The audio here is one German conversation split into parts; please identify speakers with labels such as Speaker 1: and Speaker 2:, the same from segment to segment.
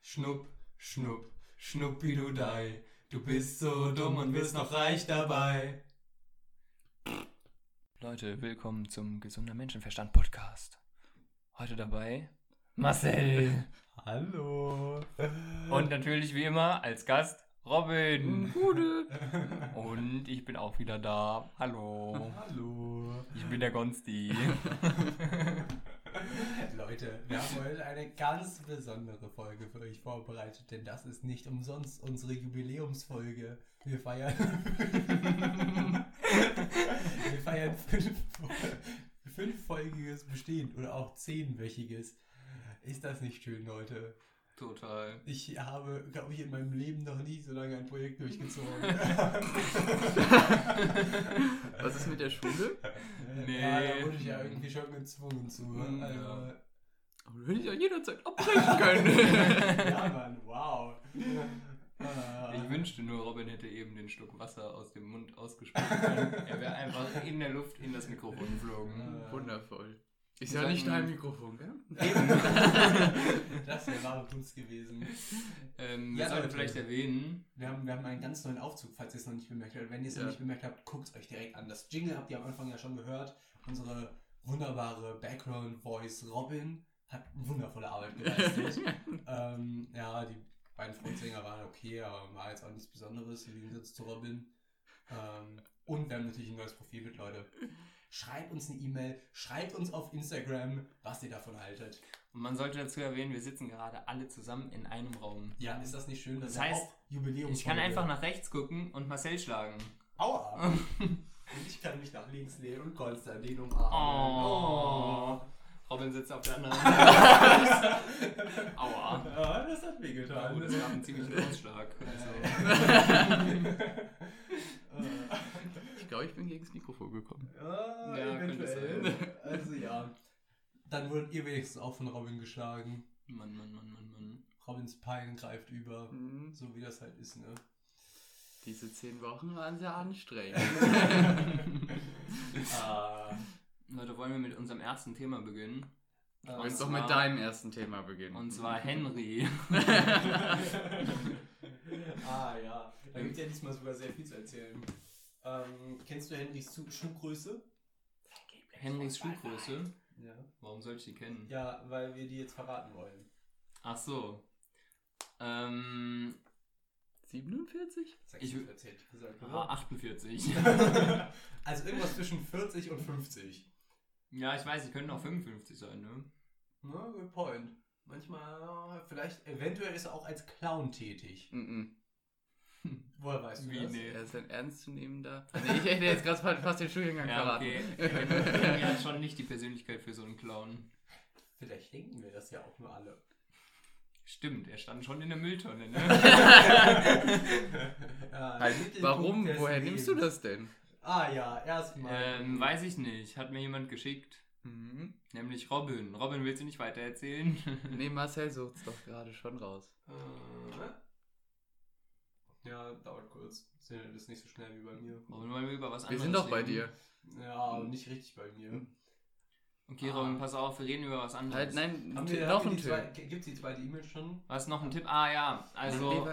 Speaker 1: Schnupp, schnupp, schnuppi du dei. Du bist so dumm und wirst noch reich dabei.
Speaker 2: Leute, willkommen zum Gesunder Menschenverstand Podcast. Heute dabei Marcel
Speaker 1: Hallo.
Speaker 2: und natürlich wie immer als Gast Robin. Gute. Und ich bin auch wieder da. Hallo.
Speaker 1: Hallo.
Speaker 2: Ich bin der Gonsti.
Speaker 1: Leute, wir haben heute eine ganz besondere Folge für euch vorbereitet, denn das ist nicht umsonst unsere Jubiläumsfolge. Wir feiern. wir feiern fünf, fünffolgiges Bestehen oder auch zehnwöchiges. Ist das nicht schön, Leute?
Speaker 2: Total.
Speaker 1: Ich habe, glaube ich, in meinem Leben noch nie so lange ein Projekt durchgezogen.
Speaker 3: Was ist mit der Schule?
Speaker 2: Nee.
Speaker 1: Ja, da wurde ich ja irgendwie schon gezwungen zu.
Speaker 3: Hm,
Speaker 2: Mhm,
Speaker 1: also,
Speaker 2: ja.
Speaker 3: Aber hätte ich ja jederzeit abbrechen können.
Speaker 1: ja, Mann, wow. Äh,
Speaker 2: Ich wünschte nur, Robin hätte eben den Schluck Wasser aus dem Mund ausgespuckt. er wäre einfach in der Luft in das Mikrofon geflogen.
Speaker 1: äh,
Speaker 3: Wundervoll. Ist
Speaker 2: Wir
Speaker 3: ja nicht
Speaker 2: sagen-
Speaker 3: dein Mikrofon, gell?
Speaker 1: das wäre wahre Kunst gewesen.
Speaker 2: Ähm,
Speaker 1: Ja,
Speaker 2: wir sollten
Speaker 1: Leute.
Speaker 2: vielleicht erwähnen,
Speaker 1: Wir haben, wir haben einen ganz neuen Aufzug, falls ihr es noch nicht bemerkt habt. Wenn ihr es
Speaker 3: Ja.
Speaker 1: noch nicht bemerkt habt, guckt es euch direkt an. Das Jingle habt ihr am Anfang ja schon gehört. Unsere wunderbare Background-Voice Robin hat wundervolle Arbeit geleistet. ähm, ja, die beiden Frontsänger waren okay, aber war jetzt auch nichts Besonderes im Gegensatz zu Robin. Ähm, und wir haben natürlich ein neues Profil mit, Leute. Schreibt uns eine E-Mail, schreibt uns auf Instagram, was ihr davon haltet.
Speaker 2: und man sollte dazu erwähnen, wir sitzen gerade alle zusammen in einem Raum.
Speaker 1: Ja, ist das nicht schön? Das,
Speaker 2: Das heißt,
Speaker 1: ist auch Jubiläum.
Speaker 2: Ich kann einfach nach rechts gucken und Marcel schlagen. Oh.
Speaker 1: Aua! ich kann mich nach links lehnen und Konstantin umarmen.
Speaker 2: Oh. Robin sitzt auf der anderen Seite. Aua.
Speaker 1: Ja, das hat wehgetan.
Speaker 2: Gut, es gab einen ziemlichen Ausschlag. Also,
Speaker 3: Ich glaube, ich bin gegen das Mikrofon gekommen.
Speaker 1: ja,
Speaker 2: Ja, könnte
Speaker 1: eventuell. Also ja. Dann wurdet ihr wenigstens auch von Robin geschlagen.
Speaker 2: Mann, Mann, Mann, Mann, Mann.
Speaker 1: Robins Pein greift über.
Speaker 3: Hm,
Speaker 1: So wie das halt ist, ne?
Speaker 3: Diese zehn Wochen waren sehr anstrengend.
Speaker 1: Ah,
Speaker 2: Leute, wollen wir mit unserem ersten Thema beginnen?
Speaker 1: äh,
Speaker 3: Wollen
Speaker 2: Und
Speaker 3: doch mit
Speaker 2: zwar-
Speaker 3: deinem ersten Thema beginnen.
Speaker 2: Und zwar Henry.
Speaker 1: ah ja, da gibt es ja diesmal sogar sehr viel zu erzählen. Ähm, kennst du Henrys Zu- Schuhgröße?
Speaker 2: Henrys Schuhgröße?
Speaker 1: Ja.
Speaker 2: Warum soll ich die kennen?
Speaker 1: Ja, weil wir die jetzt verraten wollen.
Speaker 2: Ach so. Ähm,
Speaker 3: 47?
Speaker 2: Ich wü-
Speaker 1: 46 hätte ich gesagt.
Speaker 2: ah,
Speaker 1: oder?
Speaker 2: 48.
Speaker 1: also irgendwas zwischen 40 und 50.
Speaker 2: ja, ich weiß, die könnten auch 55 sein, ne?
Speaker 1: Ne, good point. Manchmal, vielleicht, eventuell ist er auch als Clown tätig.
Speaker 3: Mhm.
Speaker 1: Woher weißt du
Speaker 2: Wie,
Speaker 1: das?
Speaker 2: nee.
Speaker 3: Er ist ein ernstzunehmender. Nee, ich hätte jetzt gerade fast den Studiengang
Speaker 2: Ja,
Speaker 3: verraten.
Speaker 2: okay. Henry hat halt schon nicht die Persönlichkeit für so einen Clown.
Speaker 1: Vielleicht denken wir das ja auch nur alle.
Speaker 2: Stimmt, er stand schon in der Mülltonne, ne?
Speaker 1: Ja,
Speaker 2: Halt,
Speaker 1: Mittelpunkt
Speaker 3: Warum?
Speaker 1: des
Speaker 3: Woher nimmst du
Speaker 1: Lebens.
Speaker 3: das denn?
Speaker 1: Ah ja, erstmal.
Speaker 2: ähm, weiß ich nicht. Hat mir jemand geschickt.
Speaker 3: Mhm.
Speaker 2: Nämlich Robin. Robin, willst du nicht weitererzählen?
Speaker 3: Nee, Marcel sucht's doch gerade schon raus.
Speaker 1: Äh, ne? Ja, dauert kurz. Das ist nicht so schnell wie bei mir.
Speaker 2: Robin, wollen wir über was
Speaker 3: Wir
Speaker 2: anderes
Speaker 3: sind doch bei
Speaker 2: reden?
Speaker 3: dir.
Speaker 1: Ja,
Speaker 2: Hm.
Speaker 1: nicht richtig bei mir.
Speaker 2: Okay,
Speaker 1: Ah.
Speaker 2: Robin, pass auf, wir reden über was anderes.
Speaker 3: Halt, nein,
Speaker 1: Haben wir-
Speaker 3: noch
Speaker 1: haben wir
Speaker 3: ein
Speaker 1: die
Speaker 3: Tipp.
Speaker 1: zwei- Gibt's die zweite E-Mail schon?
Speaker 2: Was noch ein Tipp? Ah ja, also.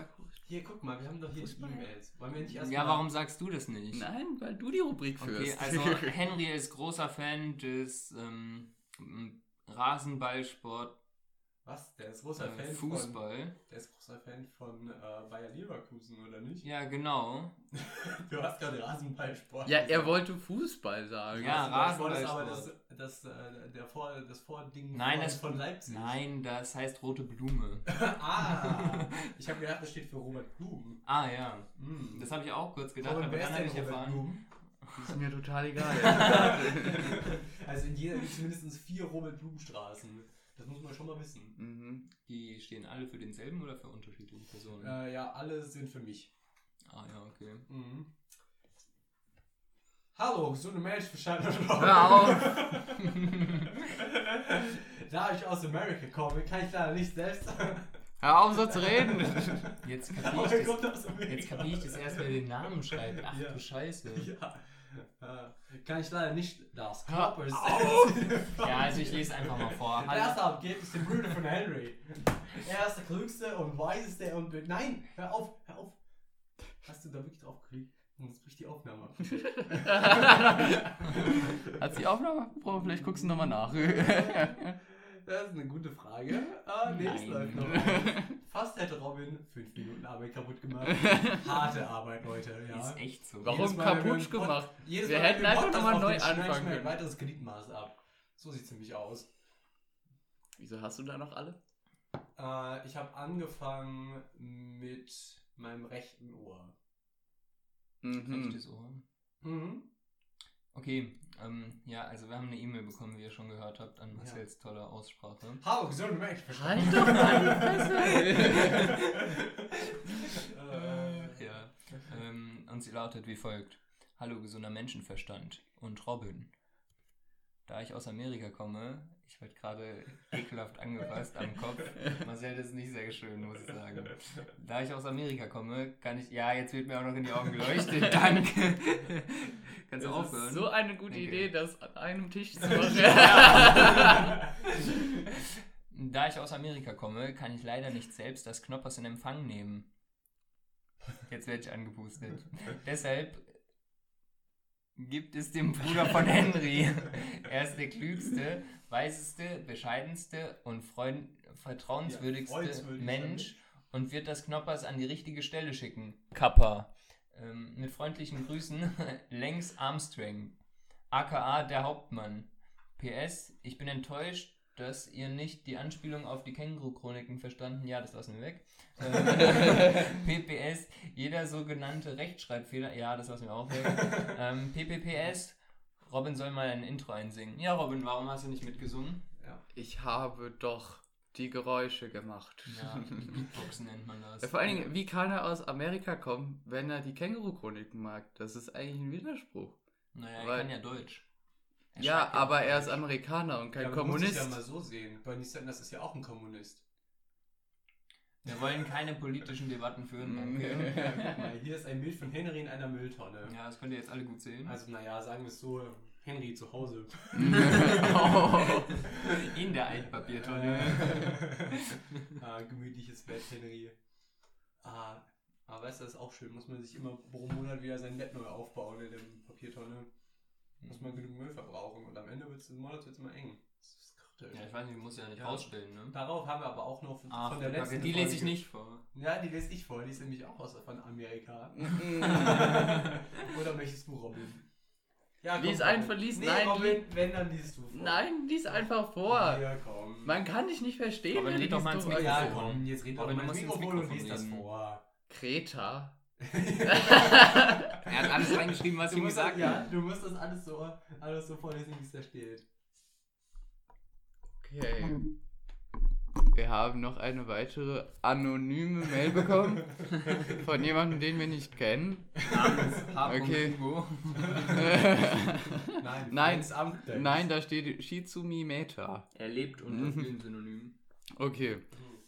Speaker 1: Hier, guck mal, wir haben doch hier die
Speaker 3: Fußball?
Speaker 1: E-Mails. Wollen wir nicht erstmal.
Speaker 2: Ja, warum sagst du das nicht?
Speaker 3: Nein, weil du die Rubrik
Speaker 2: Okay,
Speaker 3: führst.
Speaker 2: also Henry ist großer Fan des ähm, m, Rasenballsport
Speaker 1: Was? Der ist großer
Speaker 2: äh,
Speaker 1: Fan von.
Speaker 2: Fußball.
Speaker 1: Der ist großer Fan von äh, Bayer Leverkusen, oder nicht?
Speaker 2: Ja, genau.
Speaker 1: Du hast gerade Rasenballsport.
Speaker 3: ja,
Speaker 1: gesagt.
Speaker 3: er wollte Fußball sagen.
Speaker 2: Ja,
Speaker 1: Rasenballsport ist aber das,
Speaker 2: Rasenballsport.
Speaker 1: das, äh, der Vor, das Vording
Speaker 2: Nein,
Speaker 1: von-
Speaker 2: das-
Speaker 1: von Leipzig.
Speaker 2: Nein, das heißt rote Blume.
Speaker 1: ah, ich habe gedacht, das steht für Robert Blum.
Speaker 2: Ah ja,
Speaker 1: Mm.
Speaker 2: das habe ich auch kurz gedacht,
Speaker 1: Robert,
Speaker 2: aber
Speaker 1: wer
Speaker 2: dann
Speaker 1: ist
Speaker 2: habe
Speaker 1: denn
Speaker 2: ich
Speaker 1: Robert
Speaker 2: erfahren.
Speaker 1: Blum?
Speaker 3: Das ist mir total egal.
Speaker 1: also in jeder gibt es mindestens vier Robert Blum Straßen. Das muss man schon mal wissen.
Speaker 3: mhm.
Speaker 2: Die stehen alle für denselben oder für unterschiedliche Personen?
Speaker 1: Äh, ja, alle sind für mich.
Speaker 2: Ah ja, okay.
Speaker 1: Mhm. Hallo, gesunde Mensch, verstanden
Speaker 3: Hör auf.
Speaker 1: Da ich aus Amerika komme, kann ich leider nicht selbst.
Speaker 3: Hör auf, so zu reden.
Speaker 2: Jetzt
Speaker 1: Aber
Speaker 2: kapiere
Speaker 1: er
Speaker 2: ich, das-
Speaker 1: kommt aus Amerika.
Speaker 2: jetzt kapier ich das erst, wer den Namen schreibt. Ach
Speaker 1: Ja.
Speaker 2: du Scheiße.
Speaker 1: Ja, Äh, kann ich leider nicht, Lars
Speaker 2: Hör
Speaker 1: Knoppers.
Speaker 2: Ja, also ich lese einfach mal vor. Hallo.
Speaker 1: Erster Abgeber ist der Bruder von Henry. Er ist der Klügste und Weiseste und... be- Nein, hör auf, hör auf. Hast du da wirklich drauf gekriegt? Sonst bricht die Aufnahme ab.
Speaker 2: Hat die Aufnahme abgebrochen? Vielleicht guckst du nochmal nach.
Speaker 1: Das ist eine gute Frage. Ah, nee, es
Speaker 2: Nein.
Speaker 1: läuft noch. Fast hätte Robin 5 Minuten Arbeit kaputt gemacht. Harte Arbeit, Leute. Ja.
Speaker 2: Ist echt so.
Speaker 1: Jedes
Speaker 3: Warum
Speaker 1: Mal, wenn wir
Speaker 3: kaputt
Speaker 1: einen Pod-
Speaker 3: gemacht?
Speaker 1: Jedes
Speaker 3: Wir
Speaker 1: Mal, wenn
Speaker 3: hätten
Speaker 1: wir einen
Speaker 3: einfach
Speaker 1: Podcast
Speaker 3: noch mal neu
Speaker 1: aufnehmen, schneiden wir
Speaker 3: anfangen
Speaker 1: ein
Speaker 3: können.
Speaker 1: weiteres Gliedmaß ab. So sieht es nämlich aus.
Speaker 3: Wieso hast du da noch alle?
Speaker 1: Äh, ich habe angefangen mit meinem rechten Ohr.
Speaker 3: Mhm.
Speaker 2: Rechtes Ohr.
Speaker 1: Mhm.
Speaker 2: Okay, ähm, ja, also wir haben eine E-Mail bekommen, wie ihr schon gehört habt, an Marcells toller Aussprache.
Speaker 1: Hallo, gesunde Mensch.
Speaker 3: Halt doch mal die Fresse.
Speaker 1: äh,
Speaker 2: Ja. Ähm, und sie lautet wie folgt. Hallo gesunder Menschenverstand und Robin. Da ich aus Amerika komme, ich werde gerade ekelhaft angefasst am Kopf. Marcel, das ist nicht sehr schön, muss ich sagen. Da ich aus Amerika komme, kann ich... Ja, jetzt wird mir auch noch in die Augen geleuchtet. Danke. Kannst du
Speaker 3: Das
Speaker 2: aufhören?
Speaker 3: ist so eine gute
Speaker 2: Okay.
Speaker 3: Idee, das an einem Tisch zu machen.
Speaker 2: Da ich aus Amerika komme, kann ich leider nicht selbst das Knoppers in Empfang nehmen. Jetzt werde ich angepustet. Deshalb gibt es dem Bruder von Henry. Er ist der klügste, weiseste, bescheidenste und freund vertrauenswürdigste
Speaker 1: freundwürdigste
Speaker 2: Mensch und wird das Knoppers an die richtige Stelle schicken. Kappa. Ähm, mit freundlichen Grüßen, Lengs Armstrong, aka der Hauptmann. PS, ich bin enttäuscht, dass ihr nicht die Anspielung auf die Känguru-Chroniken verstanden. Ja, das lassen wir weg. Ähm, PPS, jeder sogenannte Rechtschreibfehler. Ja, das lassen wir auch weg. Ähm, PPPS, Robin soll mal ein Intro einsingen. Ja, Robin, warum hast du nicht mitgesungen?
Speaker 3: Ich habe doch die Geräusche gemacht.
Speaker 2: Ja, Beatboxen nennt man das.
Speaker 3: Ja, vor allen Dingen, wie kann er aus Amerika kommen, wenn er die Känguru-Chroniken mag? Das ist eigentlich ein Widerspruch.
Speaker 2: Naja, er
Speaker 3: weil-
Speaker 2: kann ja Deutsch. Er
Speaker 3: ja,
Speaker 2: schreibt
Speaker 3: aber er
Speaker 2: Deutsch.
Speaker 3: ist Amerikaner und kein
Speaker 1: Ja, man muss es
Speaker 3: Kommunist.
Speaker 1: ja mal so sehen. Bernie Sanders ist ja auch ein Kommunist.
Speaker 2: Wir wollen keine politischen Debatten führen, danke.
Speaker 1: Ja, guck mal, hier ist ein Bild von Henry in einer Mülltonne.
Speaker 2: Ja, das könnt ihr jetzt alle gut sehen.
Speaker 1: Also, naja, sagen wir es so: Henry zu Hause.
Speaker 2: In der Altpapiertonne.
Speaker 1: Äh, ah, gemütliches Bett, Henry. Ah, aber weißt du, das ist auch schön. Muss man sich immer pro Monat wieder sein Bett neu aufbauen in der Papiertonne. Muss man genug Müll verbrauchen. Und am Ende wird's, des Monats wird's immer eng. Das ist kritisch.
Speaker 2: Ja, ich weiß nicht, muss ja nicht
Speaker 1: Ja.
Speaker 2: rausstellen, ne?
Speaker 1: Darauf haben wir aber auch noch von,
Speaker 2: Ah,
Speaker 1: von der
Speaker 2: Kacke,
Speaker 1: letzten
Speaker 2: die lese ich
Speaker 1: Folge-
Speaker 2: nicht vor.
Speaker 1: Ja, die lese ich vor. Die ist nämlich auch aus von Amerika. Oder möchtest du Robin? Ja,
Speaker 3: Lies
Speaker 1: Robin.
Speaker 3: einfach, lies-
Speaker 1: nee,
Speaker 3: nein,
Speaker 1: Robin, wenn, dann liest du vor.
Speaker 3: Nein, lies einfach vor.
Speaker 1: Ja, komm. Oh
Speaker 3: Man kann dich nicht verstehen.
Speaker 2: Aber dann
Speaker 3: wenn
Speaker 2: red
Speaker 3: du
Speaker 2: doch mal
Speaker 3: dies
Speaker 2: ins
Speaker 3: doof-
Speaker 1: ja,
Speaker 2: Mikrofon.
Speaker 1: komm, jetzt red doch
Speaker 2: Robin,
Speaker 1: mal
Speaker 2: du
Speaker 1: ins
Speaker 2: musst ins
Speaker 1: Mikrofon und
Speaker 2: Mikrofon
Speaker 1: liest das
Speaker 2: reden.
Speaker 1: vor.
Speaker 3: Kreta.
Speaker 2: Er hat alles reingeschrieben, was
Speaker 1: Du
Speaker 2: ihm
Speaker 1: musst,
Speaker 2: gesagt
Speaker 1: das, ja,
Speaker 2: hat.
Speaker 1: du musst das alles so, alles so vorlesen, wie es da steht.
Speaker 3: Okay. Wir haben noch eine weitere anonyme Mail bekommen von jemandem, den wir nicht kennen. Okay.
Speaker 2: Hugo.
Speaker 1: Nein,
Speaker 3: Nein.
Speaker 1: ins Amt. denkst.
Speaker 3: Nein, da steht Shizumi Meta.
Speaker 2: Er lebt
Speaker 3: Mhm.
Speaker 2: unter vielen Synonymen.
Speaker 3: Okay.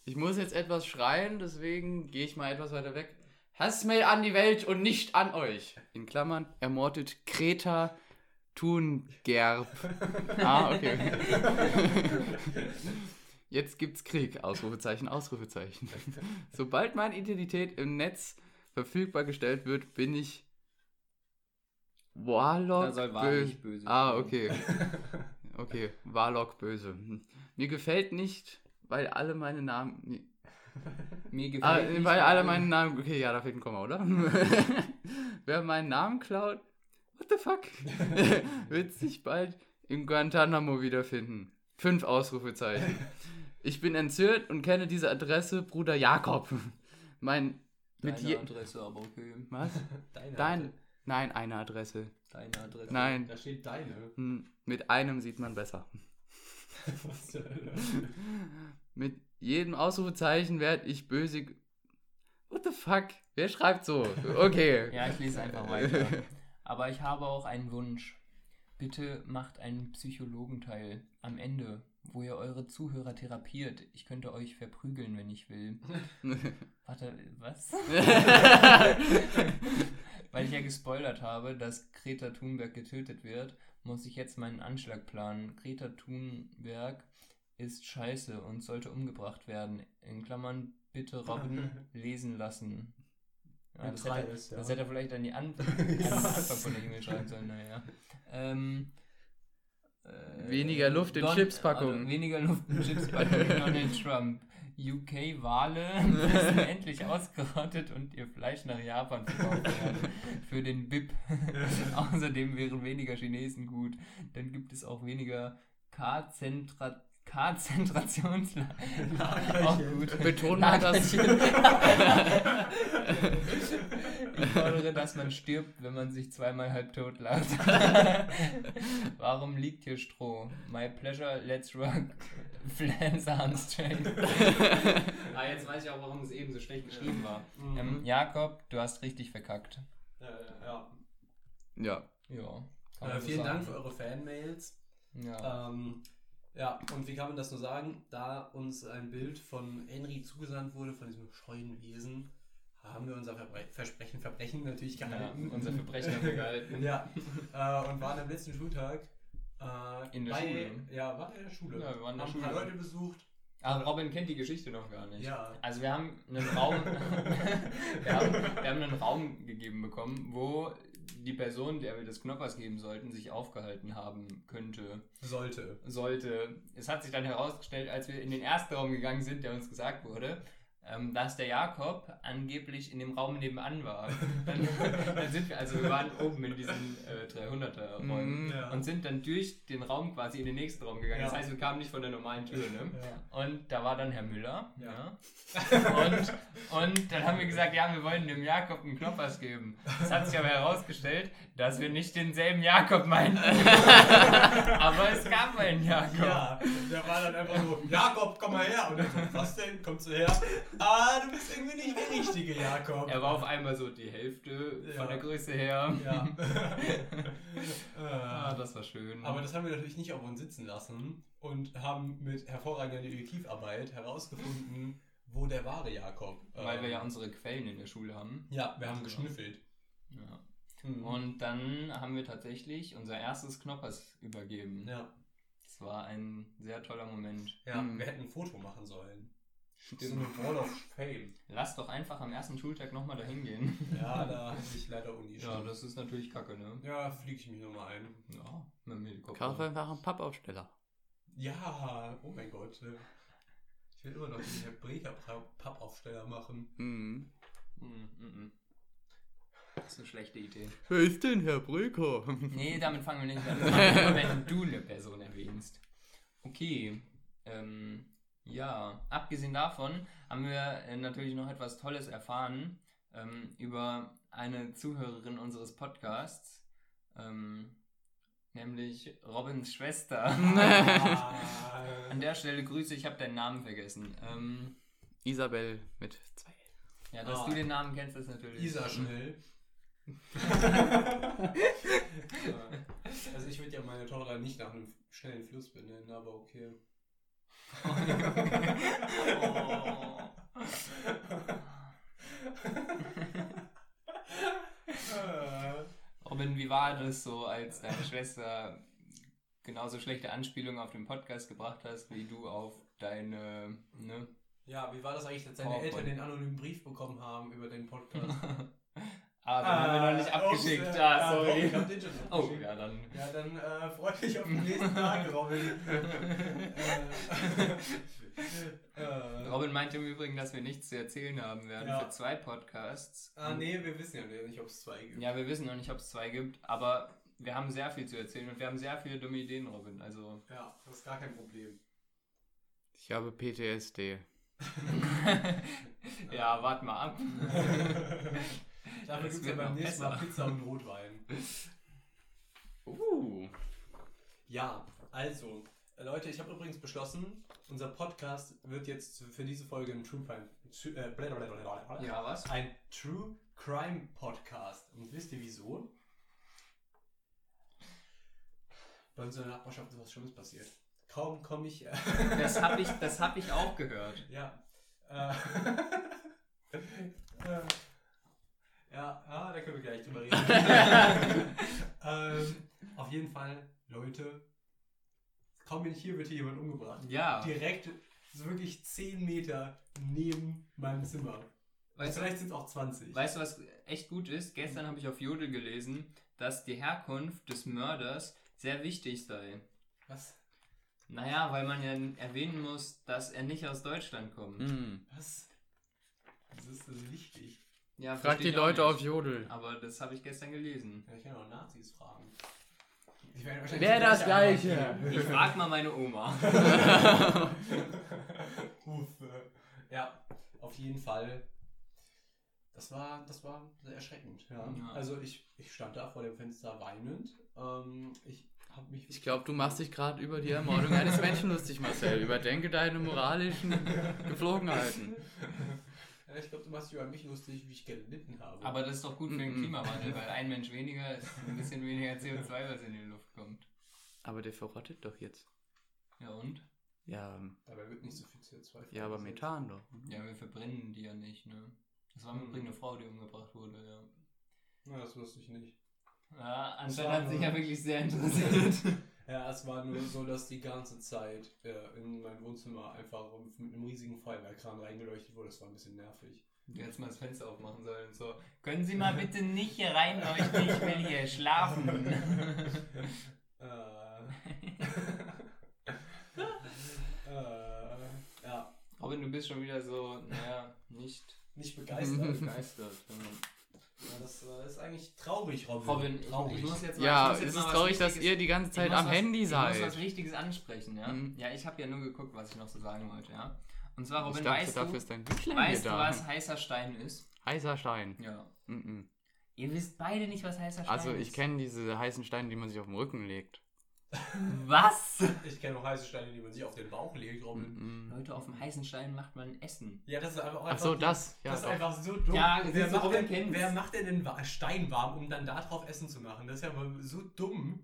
Speaker 3: Ich muss jetzt etwas schreien, deswegen gehe ich mal etwas weiter weg. Hassmail an die Welt und nicht an euch. In Klammern, ermordet Kreta Thungerb. Ah, okay. Jetzt gibt's Krieg. Ausrufezeichen, Ausrufezeichen. Sobald meine Identität im Netz verfügbar gestellt wird, bin ich Warlock.
Speaker 2: Da soll
Speaker 3: bö-
Speaker 2: wahrlich böse
Speaker 3: Ah,
Speaker 2: stehen.
Speaker 3: okay. Okay, Warlock böse. Hm. Mir gefällt nicht, weil alle meine Namen. nee.
Speaker 2: Mir gefällt
Speaker 3: Ah,
Speaker 2: nicht,
Speaker 3: weil alle meinen Namen. Okay, ja, da fehlt ein Komma, oder? Wer meinen Namen klaut, what the fuck? Wird sich bald in Guantanamo wiederfinden. Fünf Ausrufezeichen. Ich bin entzürnt und kenne diese Adresse, Bruder Jakob. Mein. Mit
Speaker 2: Deine
Speaker 3: je
Speaker 2: Adresse, aber okay.
Speaker 3: Was?
Speaker 1: Deine.
Speaker 3: Dein. Nein, eine Adresse.
Speaker 2: Deine Adresse.
Speaker 1: Alter.
Speaker 3: Nein.
Speaker 1: Da steht deine.
Speaker 3: Hm, Mit einem sieht man besser.
Speaker 1: Was zur Hölle?
Speaker 3: Mit jedem Ausrufezeichen werd ich böse. ge- What the fuck? Wer schreibt so? Okay.
Speaker 2: Ja, ich lese einfach weiter. Aber ich habe auch einen Wunsch. Bitte macht einen Psychologenteil am Ende, wo ihr eure Zuhörer therapiert. Ich könnte euch verprügeln, wenn ich will. Warte, was? Weil ich ja gespoilert habe, dass Greta Thunberg getötet wird, muss ich jetzt meinen Anschlag planen. Greta Thunberg ist scheiße und sollte umgebracht werden. In Klammern bitte Robin lesen lassen. Ja,
Speaker 1: Wenn
Speaker 2: das,
Speaker 1: frei
Speaker 2: hätte,
Speaker 1: ist, ja.
Speaker 2: das hätte er vielleicht an die An- an den Anfang von der E-Mail schreiben sollen, naja. Ähm, äh,
Speaker 3: Weniger Luft in Chipspackungen.
Speaker 2: also weniger Luft in Chipspackungen, Donald Trump. UK-Wale müssen endlich ausgerottet und ihr Fleisch nach Japan verkauft werden. Für den BIP. Außerdem wären weniger Chinesen gut. Dann gibt es auch weniger K-Zentra- K-Konzentrationslager. Auch
Speaker 1: Lagerchen.
Speaker 2: gut.
Speaker 3: Betont mal das-
Speaker 2: Ich fordere, dass man stirbt, wenn man sich zweimal halbtot lacht. Warum liegt hier Stroh? My pleasure, let's rock. Flans Armstrong. ah, jetzt weiß ich auch, warum es eben so schlecht geschrieben war.
Speaker 1: Mhm.
Speaker 2: Ähm, Jakob, du hast richtig verkackt.
Speaker 1: Äh, ja.
Speaker 3: Ja.
Speaker 2: Ja. kann man
Speaker 1: Äh,
Speaker 2: so
Speaker 1: vielen
Speaker 2: sagen.
Speaker 1: Dank für eure Fanmails.
Speaker 2: Ja.
Speaker 1: Ähm, ja, und wie kann man das nur sagen? Da uns ein Bild von Henry zugesandt wurde, von diesem scheuen Wesen, haben wir unser Verbre Versprechen, Verbrechen natürlich
Speaker 2: ja,
Speaker 1: gehalten.
Speaker 2: unser Verbrechen haben wir gehalten.
Speaker 1: Ja, äh, und waren am letzten Schultag äh,
Speaker 2: In der
Speaker 1: bei,
Speaker 2: Schule.
Speaker 1: Ja, war in der Schule.
Speaker 2: Ja, wir waren in der
Speaker 1: haben ein paar
Speaker 2: Schule.
Speaker 1: Leute besucht.
Speaker 2: Aber Robin kennt die Geschichte noch gar nicht.
Speaker 1: Ja.
Speaker 2: Also wir haben einen Raum, wir haben, wir haben einen Raum gegeben bekommen, wo die Person, der wir das Knoppers geben sollten, sich aufgehalten haben könnte,
Speaker 1: Sollte.
Speaker 2: sollte. Es hat sich dann herausgestellt, als wir in den ersten Raum gegangen sind, der uns gesagt wurde, ähm, dass der Jakob angeblich in dem Raum nebenan war. Dann, dann sind wir, also wir waren oben in diesen äh, 300er-Räumen
Speaker 3: Mhm.
Speaker 1: Ja.
Speaker 2: und sind dann durch den Raum quasi in den nächsten Raum gegangen.
Speaker 1: Ja.
Speaker 2: Das heißt, wir kamen nicht von der normalen Tür, ne?
Speaker 1: Ja.
Speaker 2: Und da war dann Herr Müller.
Speaker 1: Ja.
Speaker 2: Ja. Und, und dann haben wir gesagt, ja, wir wollen dem Jakob einen Knoppers geben. Es hat sich aber herausgestellt, dass wir nicht denselben Jakob meinten. aber es gab einen Jakob.
Speaker 1: Ja, der war dann einfach nur, Jakob, komm mal her. Und er so, was denn? Kommst du her? Ah, du bist irgendwie nicht der richtige Jakob.
Speaker 2: Er war auf einmal so die Hälfte
Speaker 1: Ja.
Speaker 2: von der Größe her.
Speaker 1: Ja.
Speaker 2: Ah,
Speaker 1: äh,
Speaker 2: das war schön.
Speaker 1: aber das haben wir natürlich nicht auf uns sitzen lassen und haben mit hervorragender Detektivarbeit herausgefunden, wo der wahre Jakob. äh,
Speaker 2: Weil wir ja Genau. unsere Quellen in der Schule haben.
Speaker 1: Ja, wir haben geschnüffelt.
Speaker 2: Ja.
Speaker 1: Mhm.
Speaker 2: Und dann haben wir tatsächlich unser erstes Knoppers übergeben.
Speaker 1: Ja,
Speaker 2: Es war ein sehr toller Moment.
Speaker 1: ja
Speaker 3: Mhm.
Speaker 1: wir hätten ein Foto machen sollen. So
Speaker 2: Hm. Stimmt.
Speaker 1: eine Wall of Fame.
Speaker 2: Lass doch einfach am ersten Schultag nochmal dahin gehen.
Speaker 1: Ja, da habe ich leider Uni.
Speaker 2: Ja, das ist natürlich kacke, ne?
Speaker 1: ja fliege ich mich nochmal ein.
Speaker 2: Ja, mit dem Helikopter.
Speaker 3: Kauf einfach einen Pappaufsteller.
Speaker 1: Ja, oh mein Gott. äh, Ich will immer noch den Hebräer Pa- Pappaufsteller machen.
Speaker 3: Hm.
Speaker 2: Mm, mm, mm. Das ist eine schlechte Idee.
Speaker 3: Wer ist denn Herr Brücker?
Speaker 2: Nee, damit fangen wir nicht an. Das machen wir nur, wenn du eine Person erwähnst. Okay. Ähm, ja, abgesehen davon haben wir äh, natürlich noch etwas Tolles erfahren ähm, über eine Zuhörerin unseres Podcasts, ähm, nämlich Robins Schwester.
Speaker 1: Ah,
Speaker 2: An der Stelle Grüße, ich habe deinen Namen vergessen. Ähm,
Speaker 3: Isabel mit zwei.
Speaker 2: ja, dass
Speaker 1: Ah.
Speaker 2: du den Namen kennst, ist natürlich.
Speaker 1: Isa schnell. Ja. also ich würde ja meine Tochter nicht nach einem schnellen Fluss benennen, aber okay.
Speaker 2: oh.
Speaker 1: Äh,
Speaker 2: Robin, wie war das so, als deine Schwester genauso schlechte Anspielungen auf den Podcast gebracht hast, wie du auf deine. Ne?
Speaker 1: Ja, wie war das eigentlich, dass deine
Speaker 2: PowerPoint.
Speaker 1: Eltern den anonymen Brief bekommen haben über den Podcast?
Speaker 2: Ah, den haben wir noch nicht
Speaker 1: Äh,
Speaker 2: abgeschickt.
Speaker 1: ups, äh,
Speaker 2: ah,
Speaker 1: äh, Robin,
Speaker 2: sorry.
Speaker 1: ich hab den schon
Speaker 2: Oh,
Speaker 1: abgeschickt.
Speaker 2: ja, dann.
Speaker 1: Ja, dann äh, freue ich mich auf den nächsten Tag, Robin. äh, äh,
Speaker 2: Robin meinte im Übrigen, dass wir nichts zu erzählen haben werden
Speaker 1: Ja.
Speaker 2: für zwei Podcasts.
Speaker 1: ah, nee, wir wissen ja nicht, ob es zwei gibt.
Speaker 2: Ja, wir wissen noch nicht, ob es zwei gibt, aber wir haben sehr viel zu erzählen und wir haben sehr viele dumme Ideen, Robin. Also.
Speaker 1: Ja, das ist gar kein Problem.
Speaker 3: Ich habe PTSD.
Speaker 2: ja, wart mal ab.
Speaker 1: Dafür gibt
Speaker 2: Das
Speaker 1: es ja
Speaker 2: wird
Speaker 1: beim
Speaker 2: noch
Speaker 1: nächsten Mal
Speaker 2: besser.
Speaker 1: Pizza und Rotwein.
Speaker 3: Uh.
Speaker 1: Ja, also, äh, Leute, ich habe übrigens beschlossen, unser Podcast wird jetzt für diese Folge ein True Crime. Zu- Äh, blablabla.
Speaker 2: Ja, was?
Speaker 1: Ein True Crime Podcast. Und wisst ihr wieso? Bei uns in der Nachbarschaft ist was Schlimmes passiert. Kaum komme ich. Äh,
Speaker 2: Das habe ich, das hab ich auch gehört.
Speaker 1: ja. Äh, äh, ja, ah, da können wir gleich drüber reden. ähm, auf jeden Fall, Leute, kaum bin ich hier, wird hier jemand umgebracht.
Speaker 3: ja.
Speaker 1: Direkt, so wirklich 10 Meter neben meinem Zimmer.
Speaker 2: Weißt du,
Speaker 1: Vielleicht sind es auch 20.
Speaker 2: Weißt du, was echt gut ist? Gestern
Speaker 3: Hm.
Speaker 2: habe ich auf Jodel gelesen, dass die Herkunft des Mörders sehr wichtig sei.
Speaker 1: was?
Speaker 2: Naja, weil man ja erwähnen muss, dass er nicht aus Deutschland kommt.
Speaker 3: Hm.
Speaker 1: Was? Das ist also wichtig.
Speaker 2: Ja,
Speaker 3: Frag
Speaker 2: verstehe
Speaker 3: die
Speaker 2: ich auch
Speaker 3: Leute
Speaker 2: nicht.
Speaker 3: auf Jodel.
Speaker 2: Aber das habe ich gestern gelesen.
Speaker 1: Ja, ich kann auch Nazis fragen. Ich werde
Speaker 3: Wär das
Speaker 1: wahrscheinlich die
Speaker 3: Gleiche.
Speaker 1: Antwort
Speaker 2: Ich
Speaker 1: geben.
Speaker 2: frag mal meine Oma.
Speaker 1: Uff. äh, Ja, auf jeden Fall. Das war, das war sehr erschreckend. Ja.
Speaker 2: Ja.
Speaker 1: Also ich, ich stand da vor dem Fenster weinend. Ähm, ich habe mich.
Speaker 3: Ich glaube, du machst dich gerade über die Ermordung eines Menschen lustig, Marcel. Überdenke deine moralischen Geflogenheiten.
Speaker 1: ja, ich glaube, du machst dich über mich lustig, wie ich gelitten habe.
Speaker 2: Aber das ist doch gut für den
Speaker 3: Mhm.
Speaker 2: Klimawandel, weil ein Mensch weniger ist ein bisschen weniger CO2, was in die Luft kommt.
Speaker 3: Aber der verrottet doch jetzt.
Speaker 2: Ja und?
Speaker 3: Ja,
Speaker 1: dabei wird nicht so viel CO2.
Speaker 3: ja aber
Speaker 1: freigesetzt.
Speaker 3: Methan doch.
Speaker 2: Ja, wir verbrennen die ja nicht, ne? Das war übrigens eine Frau, die umgebracht wurde, ja.
Speaker 1: Na, das wusste ich nicht.
Speaker 2: Ja,
Speaker 1: Das
Speaker 2: anscheinend
Speaker 1: war
Speaker 2: hat sich
Speaker 1: nur-
Speaker 2: ja wirklich sehr interessiert.
Speaker 1: Ja, es war nur so, dass die ganze Zeit äh, in mein Wohnzimmer einfach mit einem riesigen Feuerwehrkran reingeleuchtet wurde. Das war ein bisschen nervig.
Speaker 2: Du hättest mal das Fenster aufmachen sollen und so. Können Sie mal bitte nicht hier reinleuchten, ich will hier schlafen.
Speaker 1: Äh. äh, ja,
Speaker 2: Robin, du bist schon wieder so, naja, nicht
Speaker 1: nicht begeistert. ja,
Speaker 2: begeistert.
Speaker 1: das äh, ist eigentlich traurig, Robin.
Speaker 2: Robin, ich,
Speaker 1: traurig.
Speaker 2: ich muss jetzt mal, ich
Speaker 3: Ja,
Speaker 2: muss jetzt
Speaker 3: es
Speaker 2: mal
Speaker 3: ist
Speaker 2: was
Speaker 3: traurig, dass
Speaker 2: Wichtiges-
Speaker 3: ihr die ganze
Speaker 2: ich
Speaker 3: Zeit
Speaker 2: muss
Speaker 3: am
Speaker 2: was,
Speaker 3: Handy
Speaker 2: Ich muss was
Speaker 3: seid.
Speaker 2: Wichtiges ansprechen, ja.
Speaker 3: Mhm.
Speaker 2: Ja, ich habe ja nur geguckt, was ich noch so sagen wollte, ja. Und zwar, Robin,
Speaker 3: Ich dachte,
Speaker 2: weißt
Speaker 3: dafür
Speaker 2: du,
Speaker 3: ist dein Büchlein hier
Speaker 2: weißt du,
Speaker 3: da.
Speaker 2: was heißer Stein ist?
Speaker 3: Heißer Stein.
Speaker 2: Ja.
Speaker 3: Mhm.
Speaker 2: Ihr wisst beide nicht, was heißer Stein ist.
Speaker 3: Also, ich kenne diese heißen Steine, die man sich auf den Rücken legt.
Speaker 2: Was?
Speaker 1: Ich kenne auch heiße Steine, die man sich auf den Bauch legt, Robin.
Speaker 3: Mhm.
Speaker 2: Leute, auf dem heißen Stein macht man Essen.
Speaker 1: Ja, das ist einfach auch
Speaker 3: Ach
Speaker 1: einfach
Speaker 3: so,
Speaker 1: die-
Speaker 3: das. Ja,
Speaker 1: das ist
Speaker 3: doch.
Speaker 1: einfach so dumm.
Speaker 2: Ja,
Speaker 1: wer,
Speaker 2: siehst du,
Speaker 1: macht
Speaker 2: Robin
Speaker 1: denn,
Speaker 2: kennt's.
Speaker 1: wer macht denn den Wa- Stein warm, um dann darauf Essen zu machen? Das ist ja mal so dumm.